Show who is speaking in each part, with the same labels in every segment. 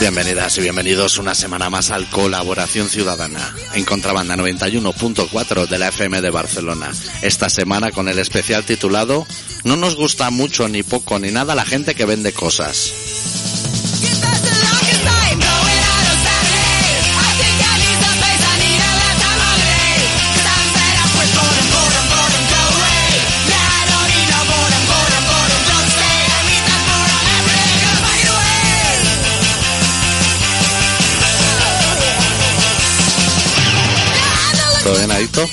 Speaker 1: Bienvenidas y bienvenidos una semana más al Colaboración Ciudadana en Contrabanda 91.4 de la FM de Barcelona. Esta semana con el especial titulado No nos gusta mucho ni poco ni nada la gente que vende cosas. ¿Todo bien, Adicto?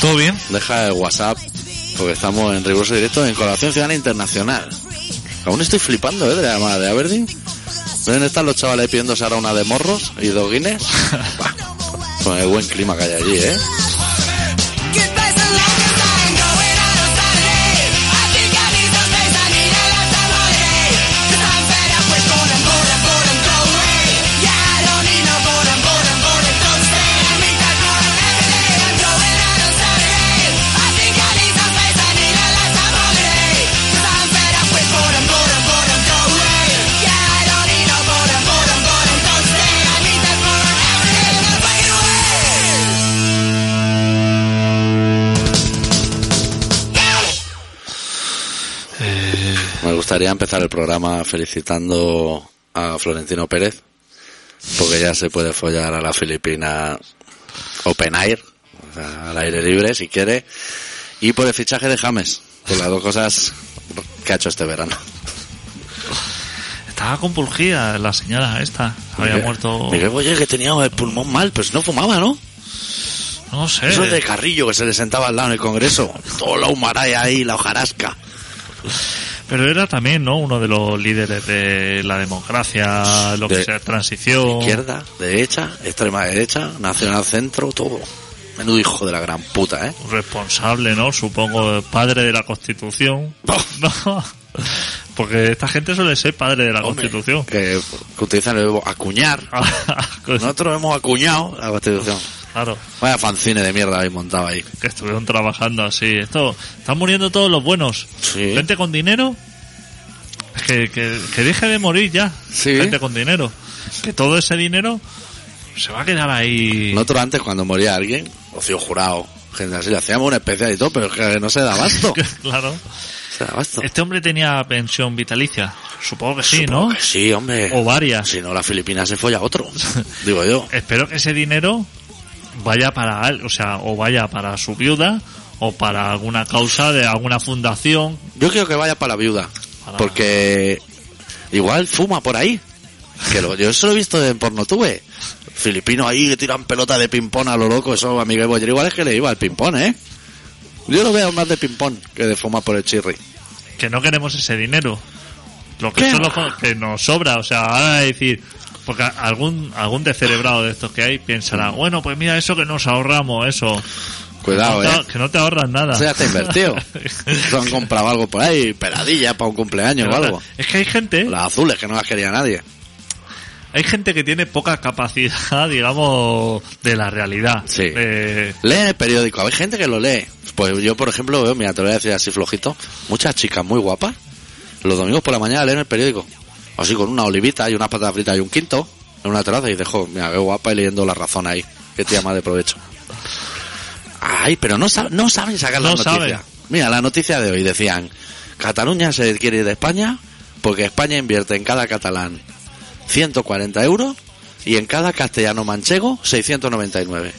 Speaker 2: ¿Todo bien?
Speaker 1: Deja el WhatsApp porque estamos en riguroso directo en Colaboración Ciudadana Internacional. Aún estoy flipando, ¿eh? De la llamada de Aberdeen. ¿Deben estar los chavales pidiéndose ahora una de morros y dos guines? Bah, Con el buen clima que hay allí, ¿eh? Me gustaría empezar el programa felicitando a Florentino Pérez, porque ya se puede follar a la Filipina Open Air, o sea, al aire libre si quiere, y por el fichaje de James, por las dos cosas que ha hecho este verano.
Speaker 2: Estaba compulgida la señora esta. Había
Speaker 1: Miguel-
Speaker 2: muerto.
Speaker 1: Miguel Boyer que tenía el pulmón mal, pues no fumaba, ¿no?
Speaker 2: No sé.
Speaker 1: Eso es de Carrillo que se le sentaba al lado en el Congreso. Todo la humaraya ahí, la hojarasca.
Speaker 2: Pero era también, ¿no? Uno de los líderes de la democracia, lo que
Speaker 1: De-
Speaker 2: sea, transición.
Speaker 1: Izquierda, derecha, extrema derecha, nacional centro, todo. Menudo hijo de la gran puta, ¿eh?
Speaker 2: Responsable, ¿no? Supongo, padre de la constitución. No. Porque esta gente suele ser padre de la
Speaker 1: Hombre,
Speaker 2: constitución.
Speaker 1: Que, que utilizan el verbo acuñar. Nosotros hemos acuñado la constitución.
Speaker 2: claro.
Speaker 1: Vaya fanzine de mierda habéis montado ahí.
Speaker 2: que estuvieron trabajando así. Esto, están muriendo todos los buenos.
Speaker 1: Sí.
Speaker 2: Gente con dinero. Que, que, que deje de morir ya.
Speaker 1: Sí.
Speaker 2: Gente con dinero. Que todo ese dinero se va a quedar ahí.
Speaker 1: Nosotros antes cuando moría alguien, ocio jurado, gente así, le hacíamos una especial y todo, pero es que no se da abasto.
Speaker 2: claro.
Speaker 1: se da abasto.
Speaker 2: Este hombre tenía pensión vitalicia. Supongo que sí,
Speaker 1: Supongo
Speaker 2: ¿no?
Speaker 1: que sí, hombre.
Speaker 2: O varias.
Speaker 1: Si no, la Filipina se folla a otro. digo yo.
Speaker 2: Espero que ese dinero vaya para él, o sea, o vaya para su viuda o para alguna causa de alguna fundación.
Speaker 1: Yo quiero que vaya para la viuda.
Speaker 2: Para-
Speaker 1: Porque igual fuma por ahí. Que lo- yo eso lo he visto en pornotube. Filipinos ahí que tiran pelota de ping-pong a lo loco. Eso a Miguel Boyer igual es que le iba al ping-pong, ¿eh? Yo lo veo más de ping-pong que de fumar por el chirri.
Speaker 2: que no queremos ese dinero. Lo que
Speaker 1: ¿Qué?
Speaker 2: solo co- que nos sobra, o sea, ahora decir, porque a- algún algún descerebrado de estos que hay pensará, bueno, pues mira eso que nos ahorramos, eso,
Speaker 1: Cuidado,
Speaker 2: No te-
Speaker 1: ¿eh?
Speaker 2: que no te ahorras nada.
Speaker 1: O sea, te invertido. Tú han comprado algo por ahí, peladilla para un cumpleaños o
Speaker 2: Pero,
Speaker 1: algo.
Speaker 2: Es que hay gente,
Speaker 1: Las azules que no las quería nadie.
Speaker 2: hay gente que tiene poca capacidad, digamos, de la realidad.
Speaker 1: Sí.
Speaker 2: Eh,
Speaker 1: Lee el periódico, hay gente que lo lee. Pues yo, por ejemplo, veo, mira, te lo voy a decir así flojito, muchas chicas muy guapas, los domingos por la mañana leen el periódico. Así con una olivita y unas patatas fritas y un quinto en una terraza y dejo, mira, qué guapa y leyendo la razón ahí, que te más de provecho. Ay, pero no, sab- no saben sacar la
Speaker 2: No
Speaker 1: noticia.
Speaker 2: saben.
Speaker 1: Mira, la noticia de hoy decían, Cataluña se quiere ir de España porque España invierte en cada catalán 140 euros y en cada castellano manchego 699.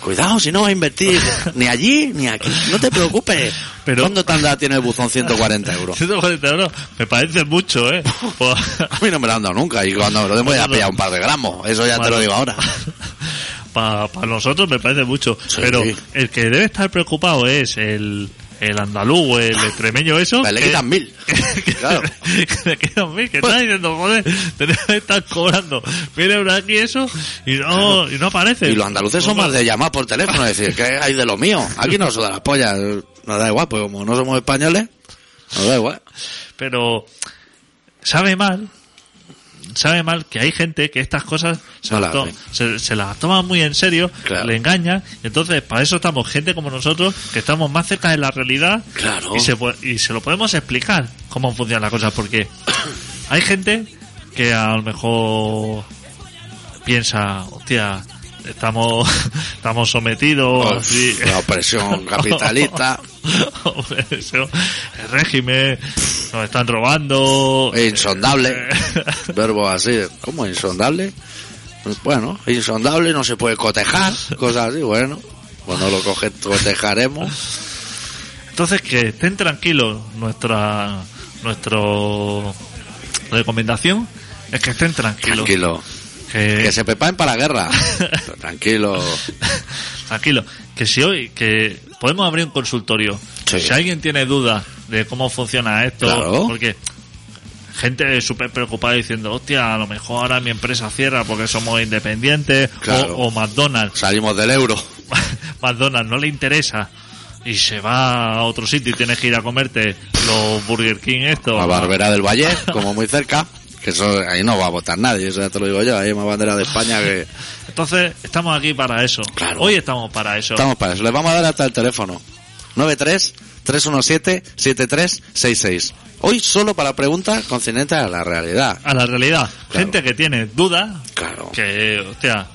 Speaker 1: Cuidado, si no vas a invertir ni allí ni aquí. No te preocupes.
Speaker 2: Pero-
Speaker 1: ¿Cuándo tanda tiene el buzón 140 euros?
Speaker 2: 140 euros, me parece mucho, ¿eh? Pues-
Speaker 1: A mí no me lo han dado nunca y cuando me lo den voy a
Speaker 2: Bueno.
Speaker 1: pillar un par de gramos. Eso ya te lo digo ahora.
Speaker 2: Para nosotros me parece mucho.
Speaker 1: Sí.
Speaker 2: Pero el que debe estar preocupado es el, el andaluz, el extremeño, eso.
Speaker 1: Pues le
Speaker 2: que-
Speaker 1: quitan mil.
Speaker 2: que-
Speaker 1: Claro.
Speaker 2: que le quitan mil, que está diciendo, joder, te debe estar cobrando mil euros aquí eso y no, y no aparece.
Speaker 1: Y los andaluces son más de llamar por teléfono y decir, ¿qué hay de lo mío? Aquí no suda la polla. Nos da igual, pues como no somos españoles, nos da igual.
Speaker 2: Pero sabe mal, sabe mal que hay gente que estas cosas se,
Speaker 1: No
Speaker 2: las,
Speaker 1: las
Speaker 2: to-
Speaker 1: ven.
Speaker 2: se- se las toma muy en serio,
Speaker 1: Claro.
Speaker 2: le engaña. Entonces, para eso estamos gente como nosotros, que estamos más cerca de la realidad
Speaker 1: Claro.
Speaker 2: y, se, po- y se lo podemos explicar cómo funcionan las cosas, porque hay gente que a lo mejor piensa, hostia, estamos, estamos sometidos
Speaker 1: Uf,
Speaker 2: así.
Speaker 1: La opresión capitalista.
Speaker 2: Hombre, eso, el régimen, nos están robando.
Speaker 1: insondable.
Speaker 2: Eh,
Speaker 1: Verbo así. ¿Cómo insondable? Pues Bueno, insondable no se puede cotejar. Cosas así, bueno. Cuando lo coge, cotejaremos.
Speaker 2: Entonces que estén tranquilos, nuestra nuestro recomendación es que estén tranquilos.
Speaker 1: Tranquilo.
Speaker 2: Que,
Speaker 1: Que se preparen para la guerra. Tranquilo.
Speaker 2: tranquilo. Que si hoy, que podemos abrir un consultorio.
Speaker 1: Sí.
Speaker 2: Si alguien tiene dudas de cómo funciona esto,
Speaker 1: Claro.
Speaker 2: porque gente súper preocupada diciendo, hostia, a lo mejor ahora mi empresa cierra porque somos independientes, o-
Speaker 1: Claro.
Speaker 2: o, McDonald's,
Speaker 1: Salimos del euro.
Speaker 2: McDonald's no le interesa. Y se va a otro sitio y tienes que ir a comerte los Burger King esto.
Speaker 1: La Barbera del Valle, como muy cerca. Que eso, ahí no va a votar nadie, eso ya te lo digo yo. Ahí hay más bandera de España que.
Speaker 2: Entonces, estamos aquí para eso.
Speaker 1: Claro.
Speaker 2: Hoy estamos para eso.
Speaker 1: Estamos para eso. Les vamos a dar hasta el teléfono. 93-317-7366. Hoy solo para preguntas concernientes a la realidad.
Speaker 2: A la realidad.
Speaker 1: Claro.
Speaker 2: Gente que tiene dudas,
Speaker 1: Claro.
Speaker 2: que, hostia,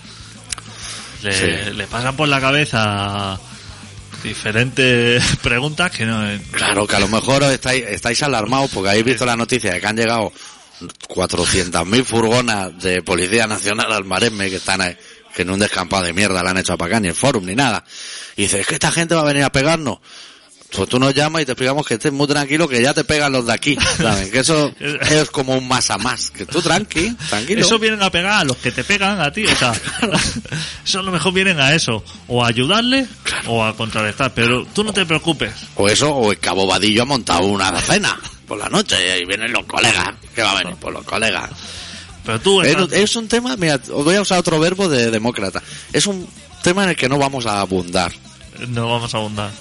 Speaker 2: le,
Speaker 1: Sí.
Speaker 2: le pasan por la cabeza diferentes preguntas que no... eh,
Speaker 1: Claro, que a lo mejor os estáis, estáis alarmados porque habéis visto la noticia de que han llegado 400.000 furgonas de Policía Nacional al Maresme que están ahí, que en un descampado de mierda la han hecho a acá, ni el forum, ni nada. Y dices, es que esta gente va a venir a pegarnos. Pues tú nos llamas y te explicamos que estés muy tranquilo, que ya te pegan los de aquí. ¿sabes? Que eso es como un más a más. Que tú tranqui, tranquilo.
Speaker 2: Eso vienen a pegar a los que te pegan a ti, o sea, eso a lo mejor vienen a eso, o a ayudarle o a contrarrestar, pero tú no te preocupes,
Speaker 1: O eso, o el Cabo Vadillo ha montado una cena por la noche y vienen los colegas. ¿Qué va a venir? Por los colegas.
Speaker 2: pero tú...
Speaker 1: Es,
Speaker 2: estás-
Speaker 1: es un tema, mira, os voy a usar otro verbo de demócrata. Es un tema en el que no vamos a abundar.
Speaker 2: No vamos a abundar.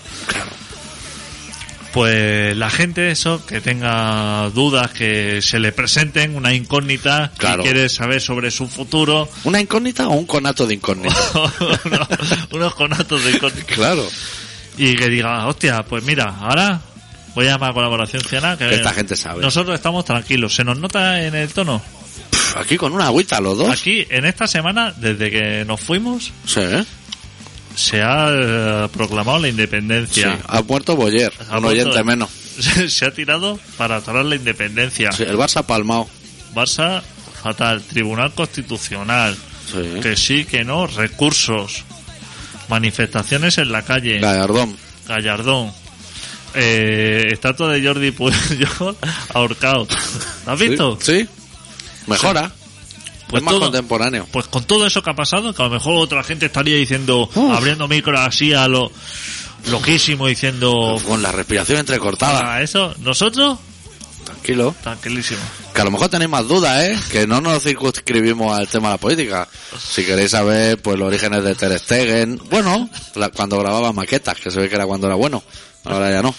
Speaker 2: Pues la gente, eso, que tenga dudas, que se le presenten una incógnita,
Speaker 1: Claro.
Speaker 2: que quiere saber sobre su futuro,
Speaker 1: ¿Una incógnita o un conato de incógnita?
Speaker 2: unos, unos conatos de incógnita,
Speaker 1: claro.
Speaker 2: y que diga, hostia, pues mira, ahora voy a llamar a colaboración ciudadana, que
Speaker 1: Que esta gente sabe.
Speaker 2: Nosotros estamos tranquilos, se nos nota en el tono.
Speaker 1: Pff, aquí con una agüita los dos.
Speaker 2: Aquí, en esta semana, desde que nos fuimos,
Speaker 1: Sí, ¿eh?
Speaker 2: se ha eh, proclamado la
Speaker 1: Sí.
Speaker 2: independencia.
Speaker 1: Ha muerto Boyer,
Speaker 2: Ha
Speaker 1: un
Speaker 2: muerto-
Speaker 1: oyente menos.
Speaker 2: se ha tirado para atarar la independencia.
Speaker 1: Sí, el Barça ha palmado.
Speaker 2: Barça fatal, Tribunal Constitucional,
Speaker 1: Sí.
Speaker 2: que sí, que no, recursos, manifestaciones en la calle,
Speaker 1: Gallardón.
Speaker 2: Gallardón, eh, estatua de Jordi Puyol ahorcado. ¿Lo has visto?
Speaker 1: Sí. sí. Mejora.
Speaker 2: Pues
Speaker 1: es más
Speaker 2: todo-
Speaker 1: contemporáneo.
Speaker 2: Pues con todo eso que ha pasado, que a lo mejor otra gente estaría diciendo,
Speaker 1: Uf.
Speaker 2: abriendo micro así a lo loquísimo, diciendo,
Speaker 1: Con la respiración entrecortada.
Speaker 2: a eso, nosotros,
Speaker 1: Tranquilo.
Speaker 2: tranquilísimo.
Speaker 1: Que a lo mejor tenéis más dudas, ¿eh? Que no nos circunscribimos al tema de la política. Si queréis saber, pues, los orígenes de Ter Stegen. Bueno, la- cuando grababa maquetas, que se ve que era cuando era bueno. Ahora ya no.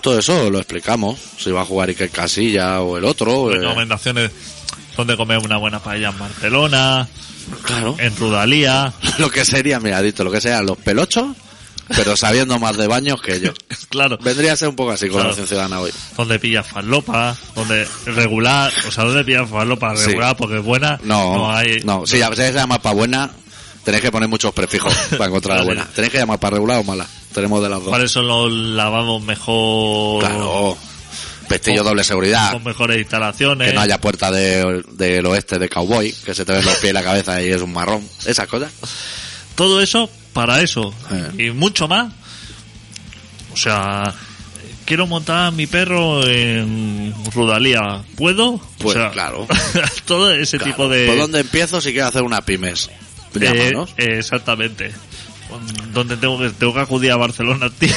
Speaker 1: Todo eso lo explicamos. Si va a jugar Iker Casilla o el otro. eh,
Speaker 2: Pues Recomendaciones donde comer una buena paella en Barcelona,
Speaker 1: claro.
Speaker 2: en Rudalía.
Speaker 1: Lo que sería, miradito, lo que serían los pelochos, pero sabiendo más de baños que yo.
Speaker 2: Claro,
Speaker 1: Vendría a ser un poco así con
Speaker 2: Claro.
Speaker 1: la acción ciudadana hoy.
Speaker 2: donde pillas farlopa, donde regular, o sea, donde pillas farlopa
Speaker 1: Sí.
Speaker 2: regular porque es buena,
Speaker 1: No, no,
Speaker 2: hay.
Speaker 1: si ya se llama para buena, tenéis que poner muchos prefijos para encontrar la
Speaker 2: Vale.
Speaker 1: buena. Tenéis que llamar para regular o mala. Tenemos de las dos.
Speaker 2: ¿Cuáles son los lavados mejor?
Speaker 1: Claro. Pestillo
Speaker 2: Con-
Speaker 1: doble seguridad.
Speaker 2: Con eh. mejores instalaciones.
Speaker 1: Que no haya puerta de- del oeste de cowboy, que se te ven los pies y la cabeza y es un marrón. Esas cosas.
Speaker 2: Todo eso para eso.
Speaker 1: Sí.
Speaker 2: Y mucho más. O sea, quiero montar a mi perro en Rudalía. ¿Puedo?
Speaker 1: Pues,
Speaker 2: o sea,
Speaker 1: claro.
Speaker 2: todo ese
Speaker 1: Claro.
Speaker 2: tipo de.
Speaker 1: ¿Por dónde empiezo si quiero hacer una pymes?
Speaker 2: Eh,
Speaker 1: Llámanos.
Speaker 2: eh, exactamente. Donde tengo que, tengo que acudir a Barcelona, tía.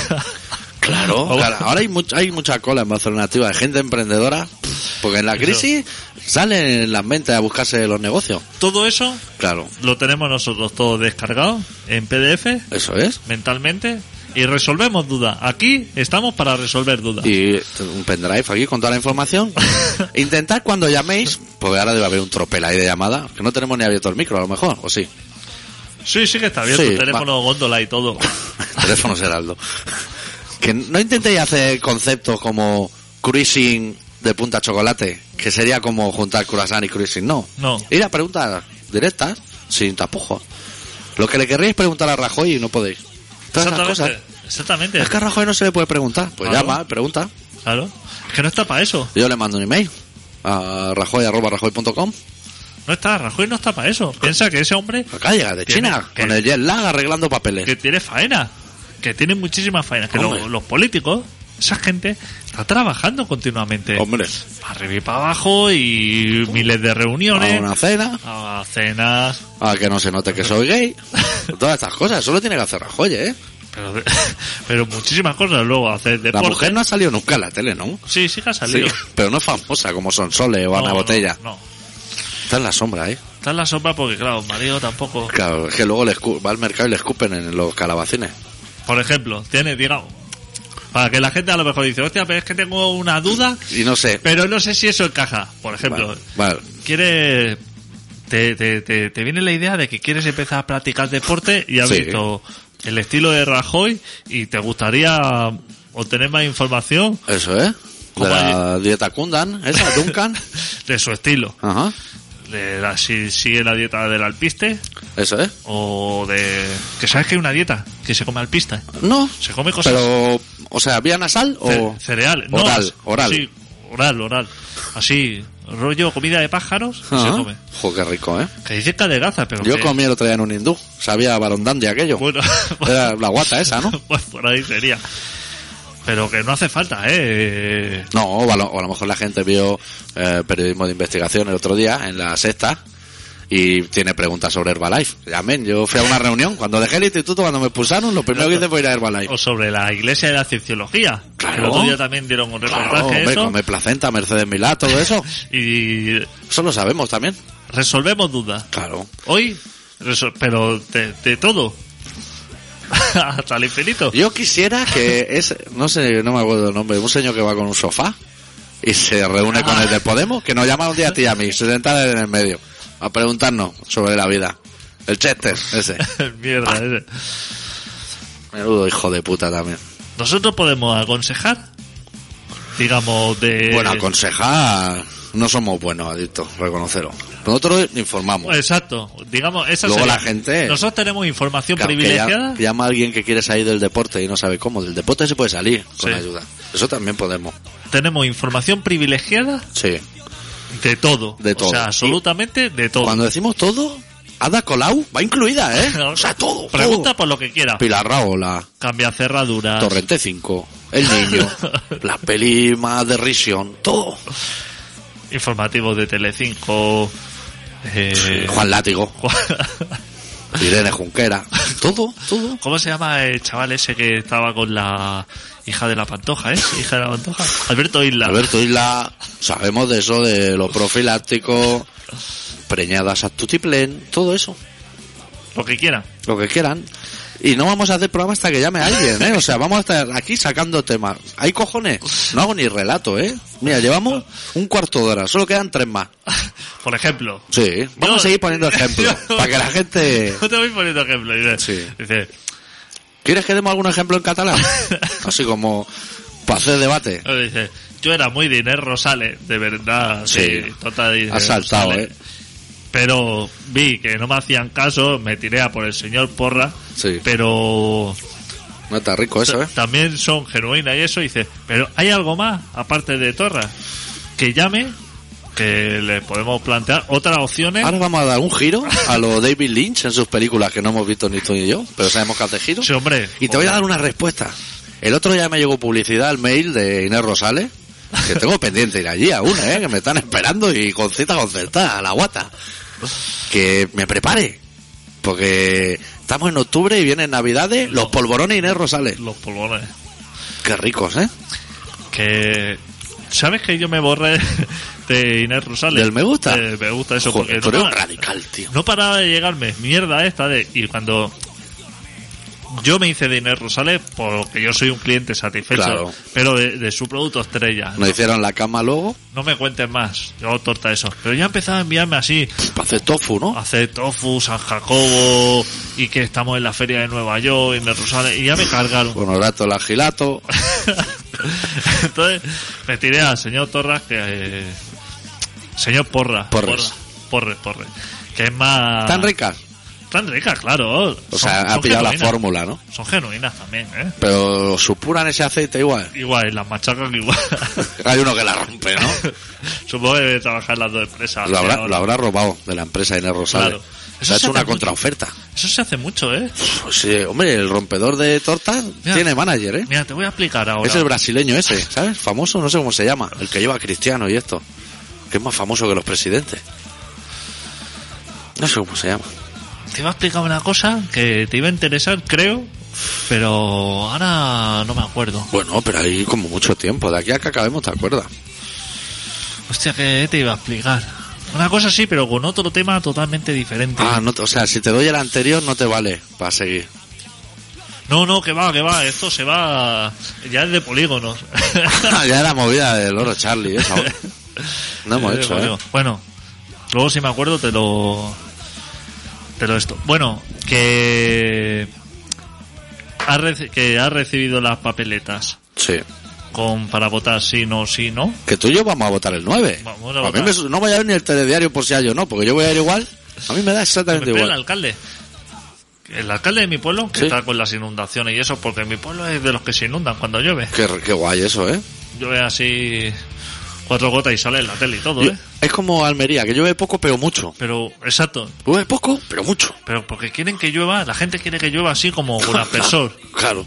Speaker 1: Claro,
Speaker 2: O-
Speaker 1: claro. Ahora hay, much- hay mucha cola en Barcelona, tío, de gente emprendedora. Porque en la crisis salen las mentes a buscarse los negocios.
Speaker 2: Todo eso
Speaker 1: Claro.
Speaker 2: lo tenemos nosotros todo descargado en PDF
Speaker 1: Eso es.
Speaker 2: mentalmente y resolvemos dudas. Aquí estamos para resolver dudas.
Speaker 1: Y un pendrive aquí con toda la información. Intentad cuando llaméis, porque ahora debe haber un tropel ahí de llamada, que no tenemos ni abierto el micro a lo mejor, o sí.
Speaker 2: Sí, sí que está abierto,
Speaker 1: Sí,
Speaker 2: el teléfono góndola y todo.
Speaker 1: Teléfono Heraldo. Que no intentéis hacer conceptos como cruising de punta chocolate, que sería como juntar croissant y cruising, no.
Speaker 2: No.
Speaker 1: Ir a preguntas directas, sin tapujos. Lo que le querréis preguntar a Rajoy y no podéis. Todas esas cosas.
Speaker 2: Exactamente. Exactamente.
Speaker 1: Es que a Rajoy no se le puede preguntar. Pues
Speaker 2: Claro.
Speaker 1: llama, pregunta.
Speaker 2: Claro. Es que no está para eso.
Speaker 1: Yo le mando un email a rajoy arroba rajoy.com.
Speaker 2: No está, Rajoy no está para eso. Piensa que ese hombre
Speaker 1: Acá llega de
Speaker 2: Tiene
Speaker 1: China,
Speaker 2: que-
Speaker 1: con el jet lag arreglando papeles.
Speaker 2: que tiene faena, que tiene muchísimas faenas, que lo-
Speaker 1: Hombre.
Speaker 2: los políticos, esa gente, está trabajando continuamente.
Speaker 1: Hombre,
Speaker 2: Para arriba y para abajo y miles de
Speaker 1: a
Speaker 2: reuniones,
Speaker 1: una cena,
Speaker 2: a cenas,
Speaker 1: a que no se note que soy gay. Todas estas cosas, solo tiene que hacer Rajoy, ¿eh?
Speaker 2: pero, pero muchísimas cosas. Luego hacer
Speaker 1: La
Speaker 2: deporte.
Speaker 1: mujer no ha salido nunca en la tele, ¿no?
Speaker 2: Sí, sí que ha
Speaker 1: Sí,
Speaker 2: salido.
Speaker 1: pero no es famosa como Sonsole o
Speaker 2: No,
Speaker 1: Ana
Speaker 2: no,
Speaker 1: Botella.
Speaker 2: No,
Speaker 1: Está en la sombra, ¿eh?
Speaker 2: Está en la sombra porque, claro, marido tampoco.
Speaker 1: Claro, es que luego le escu- va al mercado y le escupen en los calabacines.
Speaker 2: Por ejemplo, tiene, digamos, para que la gente a lo mejor dice, hostia, pero es que tengo una duda,
Speaker 1: Y no sé.
Speaker 2: pero no sé si eso encaja. Por ejemplo,
Speaker 1: Vale, vale.
Speaker 2: quieres te, te, te, te viene la idea de que quieres empezar a practicar deporte y has
Speaker 1: Sí.
Speaker 2: visto el estilo de Rajoy y te gustaría obtener más información
Speaker 1: Eso, ¿eh? De
Speaker 2: ¿Cómo
Speaker 1: la dieta Kundan, esa, Duncan.
Speaker 2: de su estilo
Speaker 1: Ajá.
Speaker 2: de la, si sigue la dieta del alpiste
Speaker 1: Eso, ¿eh?
Speaker 2: o de que sabes que hay una dieta que se come alpista
Speaker 1: No.
Speaker 2: Se come cosas.
Speaker 1: Pero, o sea, vía nasal o.
Speaker 2: Ce- cereal no,
Speaker 1: Oral,
Speaker 2: as-
Speaker 1: oral.
Speaker 2: sí, oral oral así rollo comida de pájaros que se
Speaker 1: Ajá.
Speaker 2: come
Speaker 1: Jo, qué rico, ¿eh?
Speaker 2: que dice que adelgaza pero
Speaker 1: Yo
Speaker 2: que-
Speaker 1: comí el otro día en un hindú. Sabía barondán de aquello.
Speaker 2: bueno
Speaker 1: Era la guata esa, ¿no?
Speaker 2: pues por ahí sería. Pero que no hace falta, ¿eh?
Speaker 1: No, o a lo, o a lo mejor la gente vio eh, periodismo de investigación el otro día en la sexta y tiene preguntas sobre Herbalife. Amén, yo fui a una reunión, cuando dejé el instituto, cuando me expulsaron, lo primero que hice fue ir a Herbalife.
Speaker 2: O sobre la iglesia de la cienciología.
Speaker 1: Claro.
Speaker 2: El otro día también dieron un
Speaker 1: Claro,
Speaker 2: reportaje de
Speaker 1: hombre,
Speaker 2: eso.
Speaker 1: come placenta, Mercedes Milá, todo eso.
Speaker 2: Y
Speaker 1: Eso lo sabemos también.
Speaker 2: resolvemos dudas.
Speaker 1: Claro.
Speaker 2: Hoy, resol- pero de, de todo. Hasta el infinito.
Speaker 1: Yo quisiera que es, no sé, no me acuerdo el nombre, un señor que va con un sofá y se reúne con el de Podemos, que nos llama un día a ti y a mí, se sentan en el medio a preguntarnos sobre la vida. El Chester, ese. Ah.
Speaker 2: Mierda. ese.
Speaker 1: Menudo hijo de puta también.
Speaker 2: Nosotros podemos aconsejar, digamos, de...
Speaker 1: Bueno, aconsejar no somos buenos, adicto, reconocerlo. Nosotros informamos.
Speaker 2: Exacto. Digamos, esa
Speaker 1: Luego
Speaker 2: sería-
Speaker 1: la gente-
Speaker 2: Nosotros tenemos información
Speaker 1: Claro, que
Speaker 2: privilegiada.
Speaker 1: ya- llama a alguien que quiere salir del deporte y no sabe cómo. Del deporte se puede salir con
Speaker 2: Sí.
Speaker 1: ayuda. Eso también podemos.
Speaker 2: Tenemos información privilegiada
Speaker 1: Sí.
Speaker 2: De todo.
Speaker 1: De todo.
Speaker 2: O sea, absolutamente de todo.
Speaker 1: Cuando decimos todo, Ada Colau va incluida, ¿eh? O sea, todo.
Speaker 2: Pregunta Ah,
Speaker 1: todo.
Speaker 2: por lo que quiera.
Speaker 1: Pilar Raola,
Speaker 2: Cambia cerraduras.
Speaker 1: Torrente 5, El Niño, las pelis más de Risión, todo.
Speaker 2: Informativos de Telecinco. eh,
Speaker 1: Juan Látigo,
Speaker 2: Juan-
Speaker 1: Irene Junquera, todo, todo.
Speaker 2: ¿Cómo se llama el chaval ese que estaba con la hija de la pantoja, eh? Hija de la pantoja. Alberto Isla.
Speaker 1: Alberto Isla, sabemos de eso, de lo profiláctico, preñadas a tutiplén, todo eso,
Speaker 2: Lo que quiera.
Speaker 1: lo que quieran. Y no vamos a hacer programa hasta que llame a alguien, ¿eh? O sea, vamos a estar aquí sacando temas. Hay cojones, no hago ni relato, ¿eh? Mira, llevamos un cuarto de hora, solo quedan tres más.
Speaker 2: Por ejemplo.
Speaker 1: Sí, vamos a
Speaker 2: Yo-
Speaker 1: seguir poniendo ejemplos,
Speaker 2: yo-
Speaker 1: para que la gente...
Speaker 2: Yo te voy poniendo ejemplo. Dice,
Speaker 1: Sí.
Speaker 2: dice,
Speaker 1: ¿Quieres que demos algún ejemplo en catalán? Así como para hacer debate.
Speaker 2: dice, yo era muy de Inés Rosales, de verdad. Sí.
Speaker 1: Sí.
Speaker 2: Tota de Inés
Speaker 1: Has saltado,
Speaker 2: Rosales.
Speaker 1: ¿eh?
Speaker 2: pero vi que no me hacían caso, me tiré a por el señor Porra,
Speaker 1: Sí.
Speaker 2: pero
Speaker 1: No está rico eso, ¿eh?
Speaker 2: también son genuinas y eso, y dice, pero hay algo más, aparte de Torra, que llame, que le podemos plantear otras opciones.
Speaker 1: Ahora vamos a dar un giro a lo David Lynch en sus películas que no hemos visto ni tú ni yo, pero sabemos que hace giro.
Speaker 2: Sí, hombre.
Speaker 1: Y te voy a dar una respuesta. El otro día me llegó publicidad al mail de Inés Rosales, que tengo pendiente ir allí a una, ¿eh? que me están esperando y con cita concertada, a la guata. Que me prepare, porque estamos en octubre y vienen navidades los polvorones Inés Rosales.
Speaker 2: Los pulmones.
Speaker 1: Qué ricos, ¿eh?
Speaker 2: Que... ¿Sabes que yo me borré de Inés Rosales?
Speaker 1: ¿Del me gusta?
Speaker 2: De Eh, me gusta eso.
Speaker 1: Joder,
Speaker 2: porque
Speaker 1: tú
Speaker 2: no
Speaker 1: eres un
Speaker 2: para-
Speaker 1: radical, tío.
Speaker 2: No paraba de llegarme mierda esta de... Y cuando yo me hice de Inés Rosales, porque yo soy un cliente satisfecho,
Speaker 1: Claro.
Speaker 2: pero de, de su producto estrella. No,
Speaker 1: Nos hicieron la cama luego
Speaker 2: me cuentes más, yo hago torta eso. Pero ya empezaba a enviarme así,
Speaker 1: para hacer tofu, ¿no?
Speaker 2: hacer tofu, San Jacobo, y que estamos en la feria de Nueva York, Inés Rosales, y ya me cargaron.
Speaker 1: Con orato el agilato.
Speaker 2: Entonces, me tiré al señor Torras, que. eh, señor Porra.
Speaker 1: Porres.
Speaker 2: Porra, Porres, Porres. Que es más.
Speaker 1: Tan ricas.
Speaker 2: Tan rica, claro.
Speaker 1: O sea, ha pillado la fórmula, ¿no?
Speaker 2: Son genuinas también, ¿eh?
Speaker 1: Pero supuran ese aceite igual.
Speaker 2: Igual, y las machacan igual.
Speaker 1: Hay uno que la rompe, ¿no?
Speaker 2: Supongo que debe trabajar las dos empresas.
Speaker 1: Lo habrá,
Speaker 2: ahora.
Speaker 1: lo habrá robado de la empresa Inés Rosales.
Speaker 2: Claro.
Speaker 1: Se ha
Speaker 2: se
Speaker 1: hecho
Speaker 2: hace
Speaker 1: una
Speaker 2: mucho.
Speaker 1: contraoferta.
Speaker 2: Eso se hace mucho, ¿eh?
Speaker 1: Pff, sí, hombre, el rompedor de tortas
Speaker 2: Mira.
Speaker 1: tiene manager, ¿eh?
Speaker 2: Mira, te voy a explicar ahora.
Speaker 1: Es el brasileño ese, ¿sabes? Famoso, no sé cómo se llama. El que lleva a Cristiano y esto. Que es más famoso que los presidentes. No sé cómo se llama.
Speaker 2: Te iba a explicar una cosa que te iba a interesar, creo, pero ahora no me acuerdo.
Speaker 1: Bueno, pero hay como mucho tiempo. De aquí a que acabemos, ¿te acuerdas?
Speaker 2: Hostia, que te iba a explicar. Una cosa sí, pero con otro tema totalmente diferente.
Speaker 1: Ah, no, te- o sea, si te doy el anterior no te vale para seguir.
Speaker 2: No, no, que va, que va. Esto se va. Ya es de polígonos.
Speaker 1: Ah, ya era movida del oro Charlie, esa. ¿eh? No hemos
Speaker 2: Eh,
Speaker 1: hecho,
Speaker 2: bueno,
Speaker 1: ¿eh?
Speaker 2: Bueno, luego si me acuerdo te lo. Te lo esto. Bueno, que. Ha reci- que ha recibido las papeletas
Speaker 1: ¿eh? Sí.
Speaker 2: con para votar sí, no, sí, no.
Speaker 1: Que tú y yo vamos a votar el 9.
Speaker 2: Vamos a
Speaker 1: mí
Speaker 2: votar.
Speaker 1: me su- no voy a ver ni el telediario por si hay yo no, porque yo voy a ir igual. A mí me da
Speaker 2: Me
Speaker 1: exactamente
Speaker 2: espera
Speaker 1: igual.
Speaker 2: el alcalde. El alcalde de mi pueblo, que
Speaker 1: Sí.
Speaker 2: está con las inundaciones y eso, porque mi pueblo es de los que se inundan cuando llueve.
Speaker 1: Qué, qué guay eso, ¿eh?
Speaker 2: Llueve así cuatro gotas y sale en la tele y todo,
Speaker 1: Yo-
Speaker 2: ¿eh?
Speaker 1: Es como Almería, que llueve poco pero mucho.
Speaker 2: Pero, exacto,
Speaker 1: Llueve poco pero mucho.
Speaker 2: pero porque quieren que llueva, la gente quiere que llueva así como con aspersor.
Speaker 1: Claro,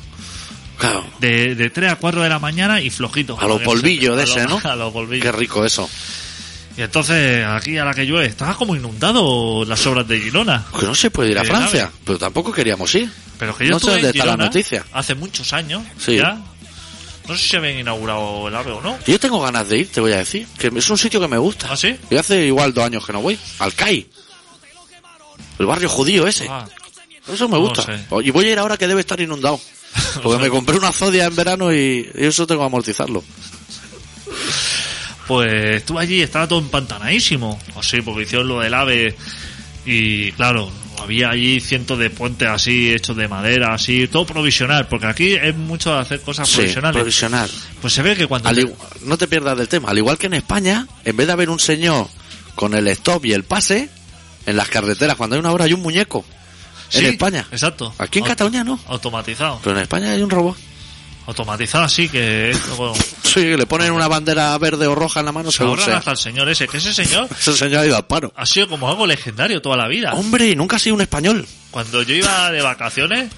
Speaker 1: claro.
Speaker 2: De, de 3 a 4 de la mañana y flojito.
Speaker 1: A lo polvillo de ese, ¿no?
Speaker 2: A lo polvillo.
Speaker 1: Qué rico eso.
Speaker 2: Y entonces, aquí a la que llueve, estaba como inundado las obras de Girona.
Speaker 1: Que no se puede ir a
Speaker 2: Eh,
Speaker 1: Francia, pero tampoco queríamos ir.
Speaker 2: Pero que yo
Speaker 1: No sé
Speaker 2: estuve
Speaker 1: dónde
Speaker 2: en
Speaker 1: está la
Speaker 2: Girona
Speaker 1: noticia.
Speaker 2: hace muchos años,
Speaker 1: Sí.
Speaker 2: ya. No sé si se habían inaugurado el AVE o no.
Speaker 1: Yo tengo ganas de ir, te voy a decir. Que es un sitio que me gusta.
Speaker 2: ¿Ah, sí?
Speaker 1: Yo hace igual dos años que no voy. Al CAI. El barrio judío ese.
Speaker 2: Ah,
Speaker 1: Eso me
Speaker 2: no
Speaker 1: gusta.
Speaker 2: sé.
Speaker 1: O- Y voy a ir ahora que debe estar inundado. Porque me compré una zodia en verano y, y eso tengo que amortizarlo.
Speaker 2: Ah, pues estuve allí, estaba todo empantanadísimo. Así, porque hicieron lo del AVE. Y claro, había allí cientos de puentes así, hechos de madera, así, todo provisional. Porque aquí es mucho de hacer cosas
Speaker 1: Sí,
Speaker 2: provisionales.
Speaker 1: provisional.
Speaker 2: Pues se ve que cuando.
Speaker 1: Al igu- no te pierdas del tema. Al igual que en España, en vez de haber un señor con el stop y el pase, en las carreteras, cuando hay una hora, hay un muñeco.
Speaker 2: Sí, Ah.
Speaker 1: en España.
Speaker 2: Exacto.
Speaker 1: Aquí en
Speaker 2: Au-
Speaker 1: Cataluña no.
Speaker 2: Automatizado.
Speaker 1: Pero en España hay un robot.
Speaker 2: Automatizado, así que. esto, bueno,
Speaker 1: Sí, que le ponen una bandera verde o roja en la mano,
Speaker 2: se
Speaker 1: según
Speaker 2: ahorran
Speaker 1: sea.
Speaker 2: hasta el señor ese. Que ese señor
Speaker 1: Ese señor ha ido al paro.
Speaker 2: ha sido como algo legendario toda la vida.
Speaker 1: Hombre, nunca ha sido un español.
Speaker 2: Cuando yo iba de vacaciones,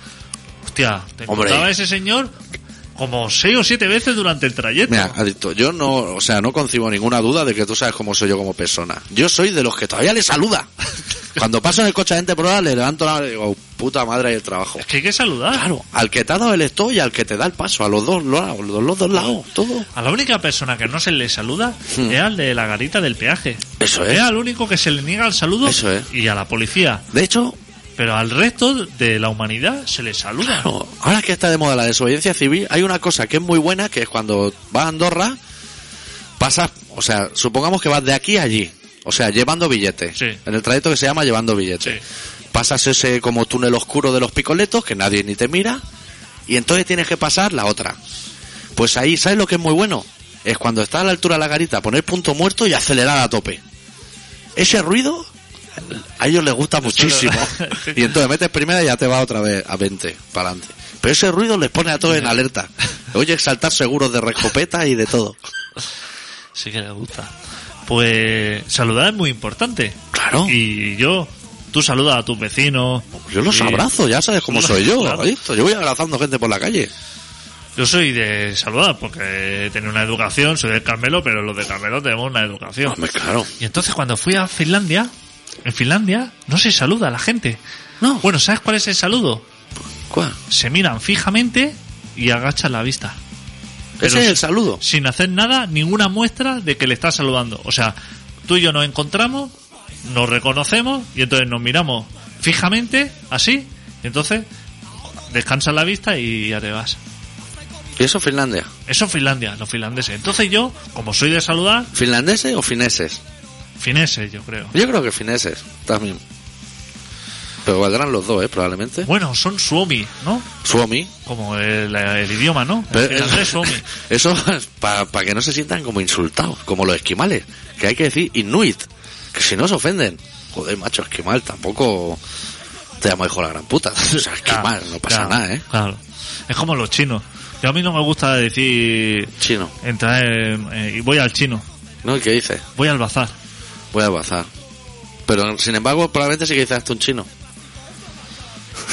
Speaker 2: hostia, te
Speaker 1: Hombre.
Speaker 2: encontraba a ese señor como seis o siete veces durante el trayecto.
Speaker 1: Mira, adicto, yo no, o sea, no concibo ninguna duda de que tú sabes cómo soy yo como persona. Yo soy de los que todavía le saluda. Cuando paso en el coche a gente por ahora, le levanto la mano y digo, puta madre, el trabajo.
Speaker 2: Es que hay que saludar.
Speaker 1: Claro, al que te ha dado el esto y al que te da el paso, a los dos lados, los, los dos lados, todo.
Speaker 2: A la única persona que no se le saluda
Speaker 1: Hmm.
Speaker 2: es al de la garita del peaje.
Speaker 1: Eso es.
Speaker 2: al único que se le niega el saludo
Speaker 1: Eso es.
Speaker 2: y a la policía.
Speaker 1: De hecho,
Speaker 2: Pero al resto de la humanidad se le saluda.
Speaker 1: no, ahora que está de moda la desobediencia civil, hay una cosa que es muy buena, que es cuando vas a Andorra, pasas, o sea, supongamos que vas de aquí a allí, o sea, llevando billetes,
Speaker 2: Sí.
Speaker 1: en el trayecto que se llama llevando billetes.
Speaker 2: Sí.
Speaker 1: Pasas ese como túnel oscuro de los picoletos, que nadie ni te mira, y entonces tienes que pasar la otra. Pues ahí, ¿sabes lo que es muy bueno? Es cuando está a la altura de la garita, poner punto muerto y acelerar a tope. Ese ruido a ellos les gusta muchísimo. Y entonces metes primera y ya te va otra vez a 20 para adelante. Pero ese ruido les pone a todos en alerta. Oye, exaltar seguros de recopeta y de todo.
Speaker 2: Sí que le gusta. Pues saludar es muy importante.
Speaker 1: Claro.
Speaker 2: Y yo, tú saludas a tus vecinos.
Speaker 1: pues Yo los
Speaker 2: Y-
Speaker 1: abrazo, ya sabes cómo soy yo.
Speaker 2: Claro.
Speaker 1: adicto. Yo voy abrazando gente por la calle.
Speaker 2: Yo soy de saludar porque tenía una educación, soy de Carmelo, pero los de Carmelo tenemos una educación.
Speaker 1: Hombre, claro.
Speaker 2: Y entonces cuando fui a Finlandia, en Finlandia no se saluda a la gente.
Speaker 1: No.
Speaker 2: Bueno, ¿sabes cuál es el saludo?
Speaker 1: ¿Cuál?
Speaker 2: Se miran fijamente y agachan la vista. Pero
Speaker 1: Ese es
Speaker 2: sí.
Speaker 1: el saludo.
Speaker 2: Sin hacer nada, ninguna muestra de que le estás saludando. O sea, tú y yo nos encontramos, nos reconocemos y entonces nos miramos fijamente, así, y entonces descansas la vista y ya te vas.
Speaker 1: ¿Y eso Finlandia?
Speaker 2: Eso en Finlandia, los finlandeses. Entonces yo, como soy de saludar,
Speaker 1: ¿Finlandeses o fineses?
Speaker 2: fineses, yo creo.
Speaker 1: Yo creo que fineses también. Pero valdrán los dos, ¿eh? Probablemente.
Speaker 2: Bueno, son suomi, ¿no?
Speaker 1: Suomi.
Speaker 2: Como el, el idioma, ¿no?
Speaker 1: Pero-
Speaker 2: El finlandés suomi.
Speaker 1: Eso para que no se sientan como insultados, como los esquimales, que hay que decir inuit, que si no se ofenden. Joder, macho, esquimal, tampoco te llamo hijo de la gran puta. O sea, esquimal, no pasa
Speaker 2: Claro,
Speaker 1: nada, ¿eh?
Speaker 2: Claro. Es como los chinos. Yo a mí no me gusta decir
Speaker 1: Chino.
Speaker 2: entrar en- eh, y voy al chino,
Speaker 1: ¿No? ¿Y ¿Qué dices?
Speaker 2: voy al bazar.
Speaker 1: Voy a bazar. Pero, sin embargo, probablemente sí que dices hasta un chino.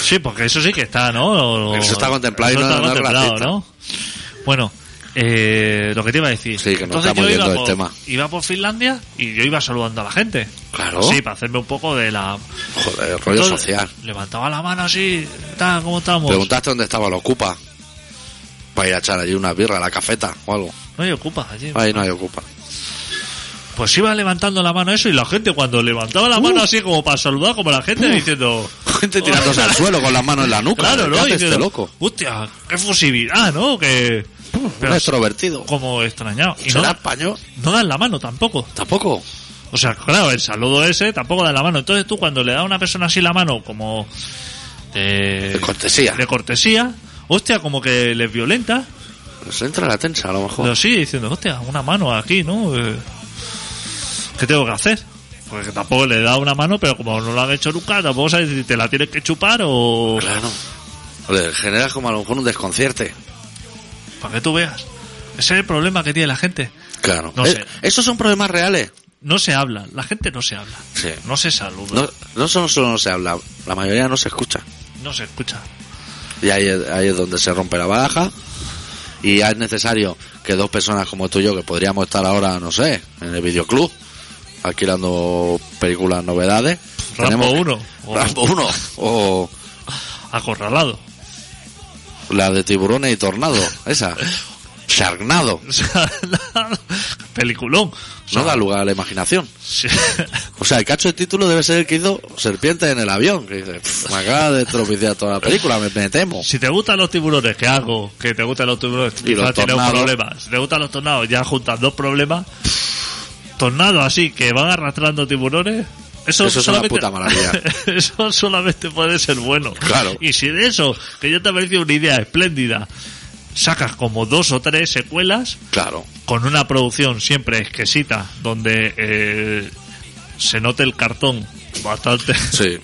Speaker 2: Sí, porque eso sí que está, ¿no? O-
Speaker 1: Eso está contemplado y
Speaker 2: eso
Speaker 1: no-
Speaker 2: está
Speaker 1: no es
Speaker 2: contemplado,
Speaker 1: racista.
Speaker 2: ¿no? Bueno, eh, lo que te iba a decir.
Speaker 1: Sí, que nos
Speaker 2: Entonces
Speaker 1: estamos
Speaker 2: yo iba
Speaker 1: yendo del
Speaker 2: por,
Speaker 1: tema.
Speaker 2: iba por Finlandia y yo iba saludando a la gente.
Speaker 1: Claro.
Speaker 2: Sí, para hacerme un poco de la...
Speaker 1: Joder, rollo
Speaker 2: Entonces,
Speaker 1: social.
Speaker 2: Levantaba la mano así, tal, ¿cómo estamos?
Speaker 1: Preguntaste dónde estaba la ocupa. Para ir a echar allí una birra, a la cafeta o algo.
Speaker 2: No hay ocupa allí.
Speaker 1: Ahí no hay ocupa.
Speaker 2: Pues iba levantando la mano eso y la gente cuando levantaba la
Speaker 1: Uh.
Speaker 2: mano así como para saludar, como la gente diciendo...
Speaker 1: Gente tirándose al suelo con las manos en la nuca.
Speaker 2: Claro,
Speaker 1: Uh. ¿Qué
Speaker 2: ¿no?
Speaker 1: hace
Speaker 2: Y
Speaker 1: este
Speaker 2: diciendo,
Speaker 1: loco?
Speaker 2: Hostia, qué fusividad, ¿no? Que...
Speaker 1: Un
Speaker 2: Pero
Speaker 1: extrovertido.
Speaker 2: como extrañado. Y no,
Speaker 1: ¿Será español?
Speaker 2: no dan la mano tampoco.
Speaker 1: Tampoco.
Speaker 2: O sea, claro, el saludo ese tampoco da la mano. Entonces tú cuando le das a una persona así la mano como de,
Speaker 1: De cortesía.
Speaker 2: de cortesía, hostia, como que les violenta.
Speaker 1: Nos entra la tensa, a lo mejor.
Speaker 2: Pero sí, diciendo, hostia, una mano aquí, ¿no? Eh, ¿Qué tengo que hacer? Porque tampoco le da una mano, pero como no lo han hecho nunca, tampoco sabes si te la tienes que chupar o...
Speaker 1: Claro. Le generas como a lo mejor un desconcierto
Speaker 2: Para que tú veas. Ese es el problema que tiene la gente.
Speaker 1: Claro.
Speaker 2: No
Speaker 1: Eh,
Speaker 2: sé.
Speaker 1: Esos son problemas reales.
Speaker 2: No se habla, la gente no se habla.
Speaker 1: Sí.
Speaker 2: No se saluda,
Speaker 1: No, no solo, solo no se habla, la mayoría no se escucha.
Speaker 2: no se escucha.
Speaker 1: Y ahí, es- ahí es donde se rompe la baraja. Y ya es necesario que dos personas como tú y yo, que podríamos estar ahora, no sé, en el videoclub, alquilando películas novedades.
Speaker 2: Rambo
Speaker 1: tenemos que-
Speaker 2: 1. o
Speaker 1: Rambo 1. O
Speaker 2: Acorralado.
Speaker 1: la de tiburones y tornado. Esa. Sharknado.
Speaker 2: O sea, peliculón. O sea,
Speaker 1: No da lugar a la imaginación.
Speaker 2: sí.
Speaker 1: O sea, el cacho de título debe ser el que hizo Serpiente en el avión. Que dice, "Pff, me acaba de tropiciar toda la película, me, me temo.
Speaker 2: Si te gustan los tiburones, ¿qué hago? Que te gustan los tiburones,
Speaker 1: Y los
Speaker 2: quizás tienes un
Speaker 1: tornados.
Speaker 2: problema. Si te gustan los tornados, ya juntas dos problemas. Tornados así, que van arrastrando tiburones.
Speaker 1: Eso
Speaker 2: Eso,
Speaker 1: es una
Speaker 2: solamente,
Speaker 1: puta maravilla.
Speaker 2: eso solamente puede ser bueno.
Speaker 1: Claro.
Speaker 2: Y si de eso, que yo te parece una idea espléndida, sacas como dos o tres secuelas,
Speaker 1: Claro.
Speaker 2: con una producción siempre exquisita, donde eh, se note el cartón bastante.
Speaker 1: Sí,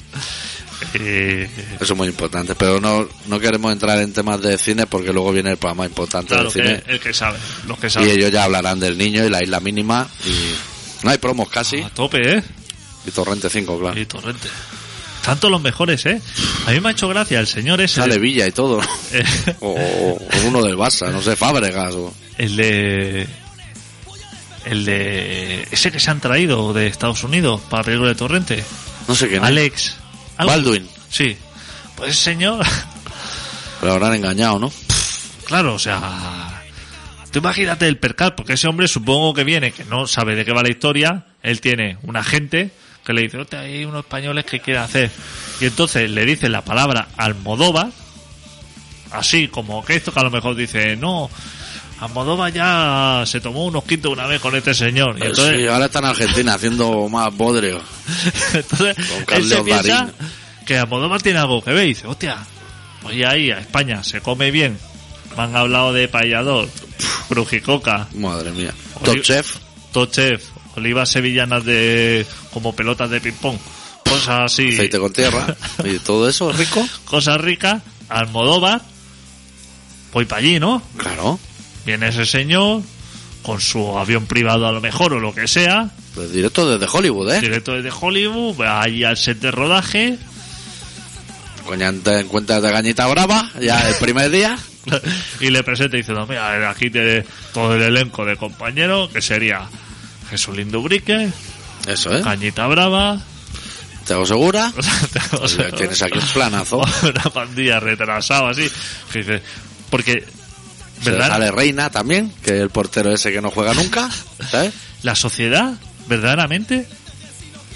Speaker 2: eh,
Speaker 1: eso es muy importante. Pero no, no queremos entrar en temas de cine porque luego viene el programa importante
Speaker 2: claro,
Speaker 1: del
Speaker 2: que
Speaker 1: cine.
Speaker 2: el que sabe, los que
Speaker 1: Y
Speaker 2: saben.
Speaker 1: ellos ya hablarán del niño y la isla mínima. Y no hay promos casi.
Speaker 2: A tope, ¿eh?
Speaker 1: Y Torrente 5, claro.
Speaker 2: Y torrente. Tanto los mejores, ¿eh? A mí me ha hecho gracia el señor ese.
Speaker 1: Sale Villa y todo.
Speaker 2: eh,
Speaker 1: O, o- o uno del Barça, no sé, Fábregas. o-
Speaker 2: el de. El de. Ese que se han traído de Estados Unidos para película de torrente.
Speaker 1: no sé quién. es.
Speaker 2: Alex. ¿algo?
Speaker 1: Baldwin.
Speaker 2: Sí. Pues ese señor.
Speaker 1: Lo habrán engañado, ¿no?
Speaker 2: Claro, o sea. Tú imagínate el percal, porque ese hombre supongo que viene, que no sabe de qué va la historia. Él tiene un agente que le dice, "Hostia, hay unos españoles que quieren hacer. Y entonces le dice la palabra Almodóvar, así como que esto que a lo mejor dice, no, Almodóvar ya se tomó unos quintos una vez con este señor. Y entonces
Speaker 1: Pues Sí, ahora está en Argentina haciendo más bodrio.
Speaker 2: Entonces,
Speaker 1: Con
Speaker 2: él se
Speaker 1: Carlos
Speaker 2: piensa
Speaker 1: Darín.
Speaker 2: que Almodóvar tiene algo que ver y dice, hostia, voy ahí a España, se come bien. Me han hablado de payador, brujicoca,
Speaker 1: Madre mía.
Speaker 2: Os
Speaker 1: Top
Speaker 2: digo-
Speaker 1: Chef.
Speaker 2: tochef, olivas sevillanas de como pelotas de ping-pong, cosas así,
Speaker 1: aceite con tierra y todo eso rico.
Speaker 2: cosas ricas. Almodóvar, voy para allí, ¿no?
Speaker 1: Claro,
Speaker 2: Viene ese señor con su avión privado a lo mejor o lo que sea,
Speaker 1: pues directo desde Hollywood, ¿eh?
Speaker 2: directo desde Hollywood, va ahí al set de rodaje,
Speaker 1: Coña, te encuentras de Gañita Brava, ya el primer día.
Speaker 2: y le presenta y dice, no, mira, aquí te todo el elenco de compañeros, que sería Jesús Lindubrique,
Speaker 1: Eso, ¿eh?
Speaker 2: Cañita Brava,
Speaker 1: Te hago segura.
Speaker 2: o sea,
Speaker 1: Tienes aquí un planazo.
Speaker 2: una pandilla retrasada así, que dice, porque,
Speaker 1: Se
Speaker 2: ¿verdad?
Speaker 1: sale Reina también, que es el portero ese que no juega nunca, ¿sabes?
Speaker 2: La sociedad, verdaderamente,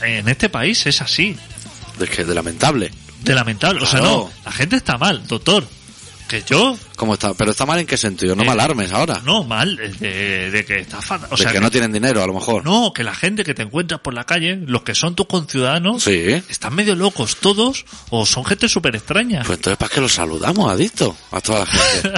Speaker 2: en este país es así,
Speaker 1: Es que es de lamentable.
Speaker 2: de lamentable, o sea,
Speaker 1: Claro.
Speaker 2: no, la gente está mal, doctor, Que yo,
Speaker 1: ¿Cómo está? Pero está mal en qué sentido, no
Speaker 2: Eh,
Speaker 1: me alarmes ahora.
Speaker 2: no, mal, eh, de, de que está fatal. O
Speaker 1: de
Speaker 2: sea,
Speaker 1: que no tienen dinero, a lo mejor.
Speaker 2: no, que la gente que te encuentras por la calle, los que son tus conciudadanos,
Speaker 1: Sí.
Speaker 2: están medio locos todos o son gente súper extraña.
Speaker 1: Pues entonces, ¿para qué los saludamos, adicto? A toda la gente.